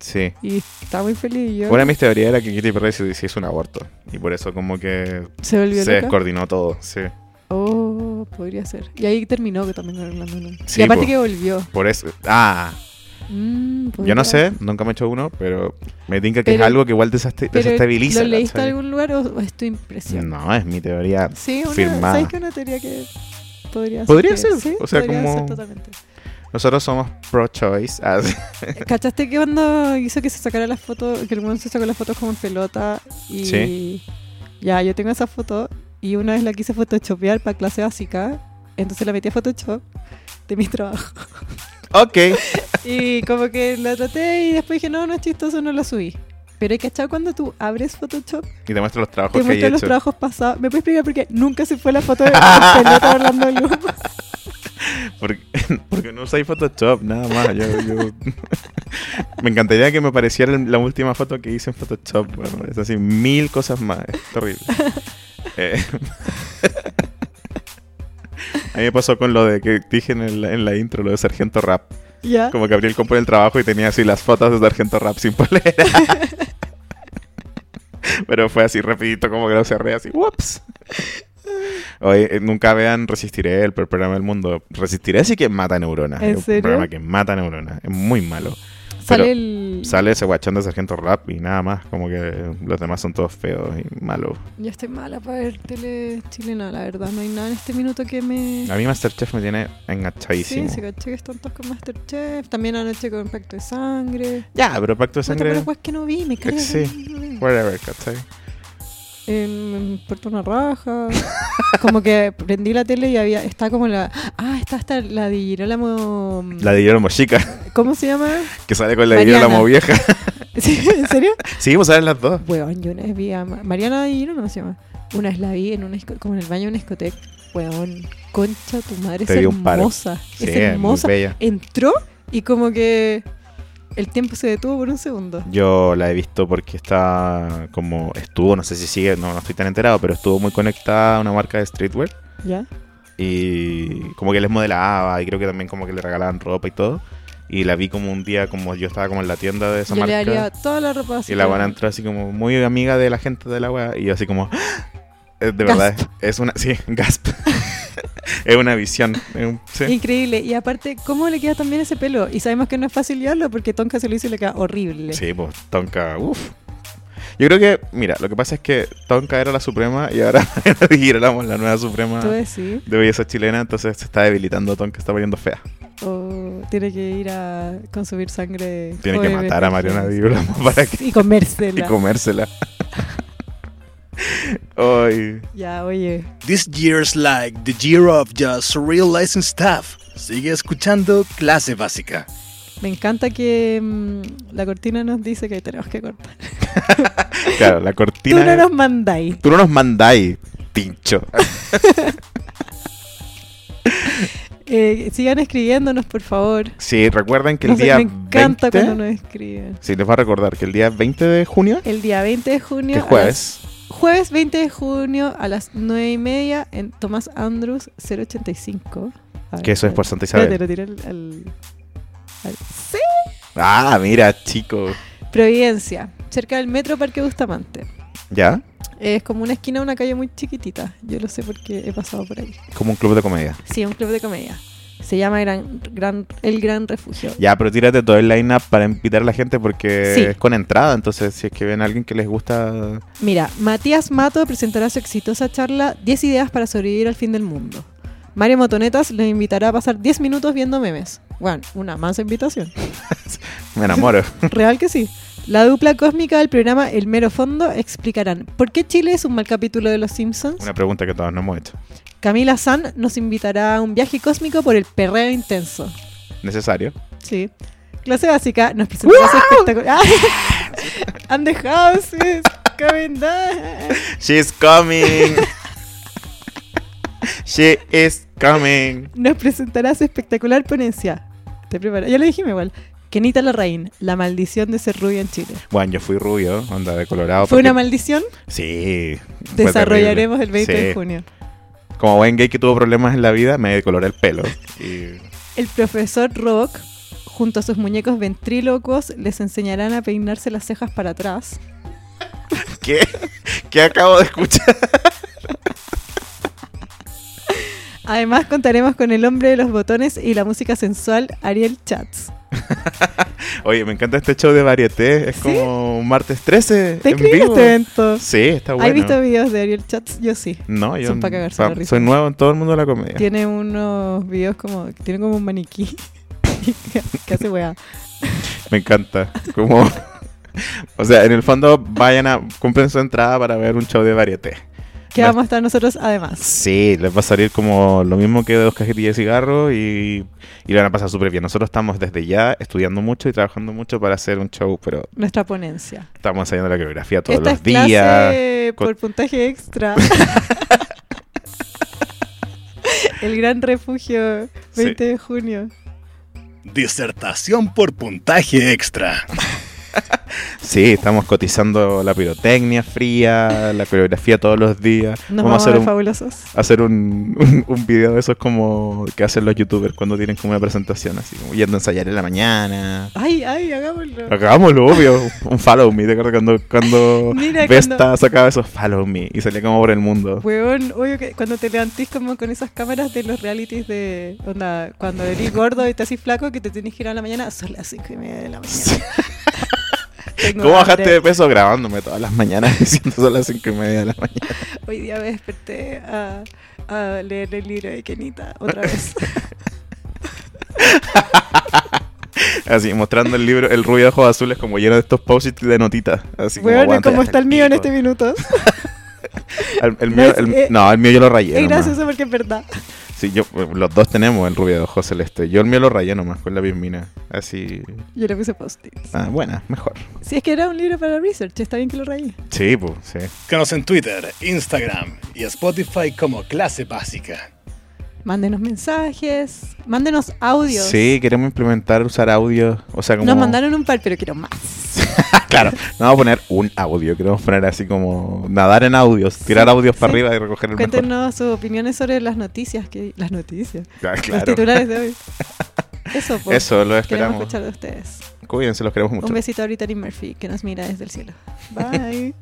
[SPEAKER 1] Sí.
[SPEAKER 2] y está muy feliz. y Yo
[SPEAKER 1] Una de mis teorías era que Katy Perry se, se hizo un aborto. Y por eso, como que
[SPEAKER 2] se volvió
[SPEAKER 1] se
[SPEAKER 2] loca.
[SPEAKER 1] descoordinó todo. Sí.
[SPEAKER 2] Oh, podría ser. Y ahí terminó que también con Orlando Bloom.
[SPEAKER 1] Sí,
[SPEAKER 2] y aparte
[SPEAKER 1] po.
[SPEAKER 2] que volvió.
[SPEAKER 1] Por eso. Ah,
[SPEAKER 2] Mm,
[SPEAKER 1] yo
[SPEAKER 2] podría-
[SPEAKER 1] no sé, nunca me he hecho uno, pero me tinca que
[SPEAKER 2] Pero-
[SPEAKER 1] es algo que igual desast-
[SPEAKER 2] Pero,
[SPEAKER 1] desestabiliza.
[SPEAKER 2] ¿Lo leíste en
[SPEAKER 1] ¿cachai?
[SPEAKER 2] algún lugar o, o es tu impresión?
[SPEAKER 1] No, es mi teoría.
[SPEAKER 2] Sí, una,
[SPEAKER 1] Firmada.
[SPEAKER 2] ¿sabes que una teoría que podría ser?
[SPEAKER 1] Podría
[SPEAKER 2] que-
[SPEAKER 1] ser,
[SPEAKER 2] sí,
[SPEAKER 1] o sea,
[SPEAKER 2] podría
[SPEAKER 1] como-
[SPEAKER 2] ser totalmente.
[SPEAKER 1] Nosotros somos pro-choice. ah, sí.
[SPEAKER 2] ¿Cachaste que cuando hizo que se sacara las fotos, que el mundo se sacó las fotos como en pelota? Y
[SPEAKER 1] Sí.
[SPEAKER 2] ya, yo tengo esa foto y una vez la quise photoshopear para clase básica, entonces la metí a Photoshop de mi trabajo.
[SPEAKER 1] Ok.
[SPEAKER 2] Y como que la traté y después dije, no, no es chistoso, no la subí. Pero hay cachado cuando tú abres Photoshop,
[SPEAKER 1] Y te muestro los trabajos
[SPEAKER 2] te
[SPEAKER 1] que he
[SPEAKER 2] muestra
[SPEAKER 1] hecho.
[SPEAKER 2] los trabajos pasados. ¿Me puedes explicar por qué nunca se fue la foto de la pelota de Orlando Bloom?
[SPEAKER 1] Porque, porque no usáis Photoshop, nada más. Yo, yo- me encantaría que me apareciera el- la última foto que hice en Photoshop. Bueno, es así, mil cosas más. Es terrible. Eh, a mí me pasó con lo de que dije en, el- en la intro, lo de Sargento Rap.
[SPEAKER 2] ¿Ya?
[SPEAKER 1] Como que abrí el compu del trabajo y tenía así las fotos de Sargento Rap sin polera. Pero fue así rapidito, como que lo cerré así, whoops. Oye, eh, nunca vean Resistiré, el peor programa del mundo. Resistiré sí que mata neuronas.
[SPEAKER 2] ¿En
[SPEAKER 1] Es un
[SPEAKER 2] serio?
[SPEAKER 1] programa que mata neuronas. Es muy malo.
[SPEAKER 2] Sale
[SPEAKER 1] Pero
[SPEAKER 2] el...
[SPEAKER 1] Sale ese guachón de Sargento Rap y nada más. Como que los demás son todos feos y malos.
[SPEAKER 2] Ya estoy mala para ver tele chilena, la verdad. No hay nada en este minuto que me...
[SPEAKER 1] A mí Masterchef me tiene enganchadísimo.
[SPEAKER 2] Sí, se caché que están todos con Masterchef. También anoche con Pacto de Sangre.
[SPEAKER 1] Ya, pero Pacto de
[SPEAKER 2] Sangre.
[SPEAKER 1] Sangre... Eh,
[SPEAKER 2] Bueno, pues que no vi, me cago.
[SPEAKER 1] sí. Whatever, ¿cachai?
[SPEAKER 2] en Puerto Una Raja. como que prendí la tele y había. Está como la. Ah, está hasta la de Girolamo. mm,
[SPEAKER 1] La de Guillermo Chica,
[SPEAKER 2] ¿Cómo se llama?
[SPEAKER 1] que sale con la de
[SPEAKER 2] Mariana.
[SPEAKER 1] Guillermo Vieja.
[SPEAKER 2] ¿Sí? ¿En serio?
[SPEAKER 1] Sí, pues salen las dos.
[SPEAKER 2] Weón, yo una vez vi a Ma- Mariana de Girolamo se llama. Una vez la vi en una, disco- como en el baño de una discoteca. Weón, concha tu madre,
[SPEAKER 1] Te
[SPEAKER 2] es
[SPEAKER 1] dio un paro.
[SPEAKER 2] hermosa.
[SPEAKER 1] Sí, es
[SPEAKER 2] es
[SPEAKER 1] muy
[SPEAKER 2] hermosa.
[SPEAKER 1] bella.
[SPEAKER 2] Entró y como que el tiempo se detuvo por un segundo.
[SPEAKER 1] Yo la he visto porque está como estuvo, no sé si sigue, no, no estoy tan enterado, pero estuvo muy conectada a una marca de streetwear
[SPEAKER 2] ¿Ya?
[SPEAKER 1] y como que les modelaba y creo que también como que le regalaban ropa y todo. Y la vi como un día, como yo estaba como en la tienda de esa
[SPEAKER 2] Yo le
[SPEAKER 1] marca.
[SPEAKER 2] haría toda la ropa así.
[SPEAKER 1] y la
[SPEAKER 2] como-
[SPEAKER 1] van a entrar así como muy amiga de la gente de la weá. Y yo así como, ¡Ah! Eh, de verdad, es una, sí, gasp. es una visión. es un- sí.
[SPEAKER 2] Increíble. Y aparte, ¿cómo le queda también ese pelo? Y sabemos que no es fácil llevarlo porque Tonka se lo hizo y le queda horrible.
[SPEAKER 1] Sí, pues Tonka, uff. Yo creo que, mira, lo que pasa es que Tonka era la suprema y ahora Girolamo es la nueva suprema
[SPEAKER 2] Tú decís,
[SPEAKER 1] de belleza chilena, entonces se está debilitando Tonka, está poniendo fea.
[SPEAKER 2] o tiene que ir a consumir sangre.
[SPEAKER 1] Tiene que
[SPEAKER 2] joven,
[SPEAKER 1] matar a Mariana
[SPEAKER 2] virgen.
[SPEAKER 1] Girolamo para que
[SPEAKER 2] Y comérsela.
[SPEAKER 1] y comérsela. Ay,
[SPEAKER 2] ya, oye.
[SPEAKER 3] This year's like the year of just realizing stuff. Sigue escuchando clase básica.
[SPEAKER 2] Me encanta que mm, la cortina nos dice que tenemos que cortar.
[SPEAKER 1] claro, la
[SPEAKER 2] Tú
[SPEAKER 1] cortina.
[SPEAKER 2] no nos mandáis.
[SPEAKER 1] tú no nos mandáis, pincho.
[SPEAKER 2] Eh, sigan escribiéndonos, por favor.
[SPEAKER 1] Sí, recuerden que el
[SPEAKER 2] No sé,
[SPEAKER 1] día
[SPEAKER 2] me
[SPEAKER 1] 20,
[SPEAKER 2] encanta cuando nos escriben.
[SPEAKER 1] Sí, les va a recordar que el día 20 de junio,
[SPEAKER 2] El día 20 de junio.
[SPEAKER 1] que
[SPEAKER 2] a
[SPEAKER 1] es jueves,
[SPEAKER 2] las- jueves 20 de junio a las 9 y media en Tomás Andrews 085. A ver,
[SPEAKER 1] que eso es por
[SPEAKER 2] espérate.
[SPEAKER 1] Santa Isabel.
[SPEAKER 2] Espérate, lo tiré al, al- al- Sí.
[SPEAKER 1] Ah, mira, chico.
[SPEAKER 2] Providencia, cerca del Metro Parque Bustamante.
[SPEAKER 1] ¿Ya?
[SPEAKER 2] Es como una esquina de una calle muy chiquitita. Yo lo sé porque he pasado por ahí.
[SPEAKER 1] Como un club de comedia.
[SPEAKER 2] Sí, un club de comedia. Se llama Gran, Gran- El Gran Refugio.
[SPEAKER 1] Ya, pero tírate todo el line-up para invitar a la gente porque
[SPEAKER 2] Sí.
[SPEAKER 1] es con entrada. Entonces, si es que ven a alguien que les gusta.
[SPEAKER 2] Mira, Matías Mato presentará su exitosa charla 10 ideas para sobrevivir al fin del mundo. Mario Motonetas le invitará a pasar 10 minutos viendo memes. Bueno, una más invitación.
[SPEAKER 1] Me enamoro.
[SPEAKER 2] Real que sí. La dupla cósmica del programa El Mero Fondo explicarán por qué Chile es un mal capítulo de Los Simpsons.
[SPEAKER 1] Una pregunta que todos nos hemos hecho.
[SPEAKER 2] Camila San nos invitará a un viaje cósmico por el perreo intenso.
[SPEAKER 1] ¿Necesario?
[SPEAKER 2] Sí. Clase básica nos presentará su espectáculo. Ah, And the house is coming down.
[SPEAKER 1] She's coming. She is coming.
[SPEAKER 2] Nos presentará su espectacular ponencia. Te preparo. Ya lo dijimos igual. Kenita Larraín, la maldición de ser rubia en Chile.
[SPEAKER 1] Bueno, yo fui rubio, onda de Colorado.
[SPEAKER 2] ¿Fue
[SPEAKER 1] Oh, porque-
[SPEAKER 2] una maldición?
[SPEAKER 1] Sí. fue
[SPEAKER 2] Desarrollaremos el
[SPEAKER 1] terrible.
[SPEAKER 2] 20
[SPEAKER 1] Sí.
[SPEAKER 2] de junio.
[SPEAKER 1] Como buen gay que tuvo problemas en la vida, me decoloré el pelo. Y
[SPEAKER 2] El profesor Rock, junto a sus muñecos ventrílocos, les enseñarán a peinarse las cejas para atrás.
[SPEAKER 1] ¿Qué? ¿Qué acabo de escuchar?
[SPEAKER 2] Además, contaremos con el hombre de los botones y la música sensual, Ariel Chats.
[SPEAKER 1] Oye, me encanta este show de varieté. Es
[SPEAKER 2] ¿Sí?
[SPEAKER 1] como un martes 13.
[SPEAKER 2] ¿Te
[SPEAKER 1] en
[SPEAKER 2] inscribiste a
[SPEAKER 1] vivo.
[SPEAKER 2] este evento?
[SPEAKER 1] Sí, está bueno.
[SPEAKER 2] ¿Has visto videos de Ariel Chats? Yo sí.
[SPEAKER 1] No, yo
[SPEAKER 2] Son pa' cagarse la
[SPEAKER 1] pa-
[SPEAKER 2] risa.
[SPEAKER 1] soy nuevo en todo el mundo de la comedia.
[SPEAKER 2] Tiene unos videos como. Tiene como un maniquí. que hace weá.
[SPEAKER 1] Me encanta. Como... o sea, en el fondo vayan a compren su entrada para ver un show de varieté.
[SPEAKER 2] Que
[SPEAKER 1] No-
[SPEAKER 2] vamos a estar nosotros además.
[SPEAKER 1] Sí, les va a salir como lo mismo que dos cajetillas de cigarro y, y lo van a pasar súper bien. Nosotros estamos desde ya estudiando mucho y trabajando mucho para hacer un show, pero
[SPEAKER 2] Nuestra ponencia.
[SPEAKER 1] estamos haciendo la coreografía todos
[SPEAKER 2] Esta
[SPEAKER 1] los
[SPEAKER 2] es
[SPEAKER 1] días.
[SPEAKER 2] clase
[SPEAKER 1] con-
[SPEAKER 2] por puntaje extra. el gran refugio, 20 de junio.
[SPEAKER 3] Disertación por puntaje extra.
[SPEAKER 1] Sí, estamos cotizando la pirotecnia fría, la coreografía todos los días.
[SPEAKER 2] Nos
[SPEAKER 1] vamos
[SPEAKER 2] vamos,
[SPEAKER 1] a
[SPEAKER 2] a
[SPEAKER 1] hacer
[SPEAKER 2] ver
[SPEAKER 1] un,
[SPEAKER 2] fabulosos.
[SPEAKER 1] hacer un, un, un video de esos como que hacen los youtubers cuando tienen como una presentación, así como yendo a ensayar en la mañana.
[SPEAKER 2] Ay, ay, hagámoslo.
[SPEAKER 1] Acabámoslo, obvio. Un follow me, ¿te acuerdas cuando, cuando
[SPEAKER 2] Mira,
[SPEAKER 1] Vesta
[SPEAKER 2] cuando-
[SPEAKER 1] sacaba esos follow me y salía como por el mundo?
[SPEAKER 2] Huevón, obvio que cuando te levantís como con esas cámaras de los realities de onda, cuando eres gordo y te haces flaco que te tenés que ir a la mañana, son las 5 y media de la mañana. Tengo
[SPEAKER 1] ¿Cómo
[SPEAKER 2] hambre.
[SPEAKER 1] bajaste de peso grabándome todas las mañanas diciendo son las cinco y media de la mañana?
[SPEAKER 2] Hoy día me desperté a, a leer el libro de Kenita otra vez.
[SPEAKER 1] Así, mostrando el libro, el rubio de ojos azules como lleno de estos post-it de notitas. Así como,
[SPEAKER 2] Huevón,
[SPEAKER 1] "Aguanta,
[SPEAKER 2] ¿cómo
[SPEAKER 1] ya
[SPEAKER 2] está el mío en
[SPEAKER 1] pico".
[SPEAKER 2] este minuto?
[SPEAKER 1] El, el
[SPEAKER 2] No,
[SPEAKER 1] mío,
[SPEAKER 2] es-
[SPEAKER 1] el-
[SPEAKER 2] eh,
[SPEAKER 1] no, el mío yo lo rayé.
[SPEAKER 2] Es
[SPEAKER 1] nomás.
[SPEAKER 2] gracioso porque es verdad.
[SPEAKER 1] Sí, yo, eh, los dos tenemos el rubio de ojos celeste. Yo el mío lo rayé nomás con la bismina. Así.
[SPEAKER 2] Yo le puse post-its.
[SPEAKER 1] Ah, buena, mejor.
[SPEAKER 2] Si es que era un libro para research, está bien que lo rayé.
[SPEAKER 1] Sí, pues, sí.
[SPEAKER 3] Canos en Twitter, Instagram y Spotify como Clase Básica.
[SPEAKER 2] Mándenos mensajes, mándenos audios.
[SPEAKER 1] Sí, queremos implementar usar audio. O sea, como. Ah,
[SPEAKER 2] Nos mandaron un par, pero quiero más.
[SPEAKER 1] claro, no vamos a poner un audio. Queremos poner así como nadar en audios, tirar audios para
[SPEAKER 2] sí.
[SPEAKER 1] arriba y recoger el mejor.
[SPEAKER 2] Cuéntenos sus opiniones sobre las noticias. Que, las noticias.
[SPEAKER 1] Ah,
[SPEAKER 2] Los
[SPEAKER 1] claro.
[SPEAKER 2] titulares de hoy. Eso, pues.
[SPEAKER 1] Eso, lo
[SPEAKER 2] Queremos
[SPEAKER 1] esperamos.
[SPEAKER 2] escuchar de ustedes.
[SPEAKER 1] Cuídense, los queremos mucho.
[SPEAKER 2] Un besito a Brittany Murphy, que nos mira desde el cielo. Bye.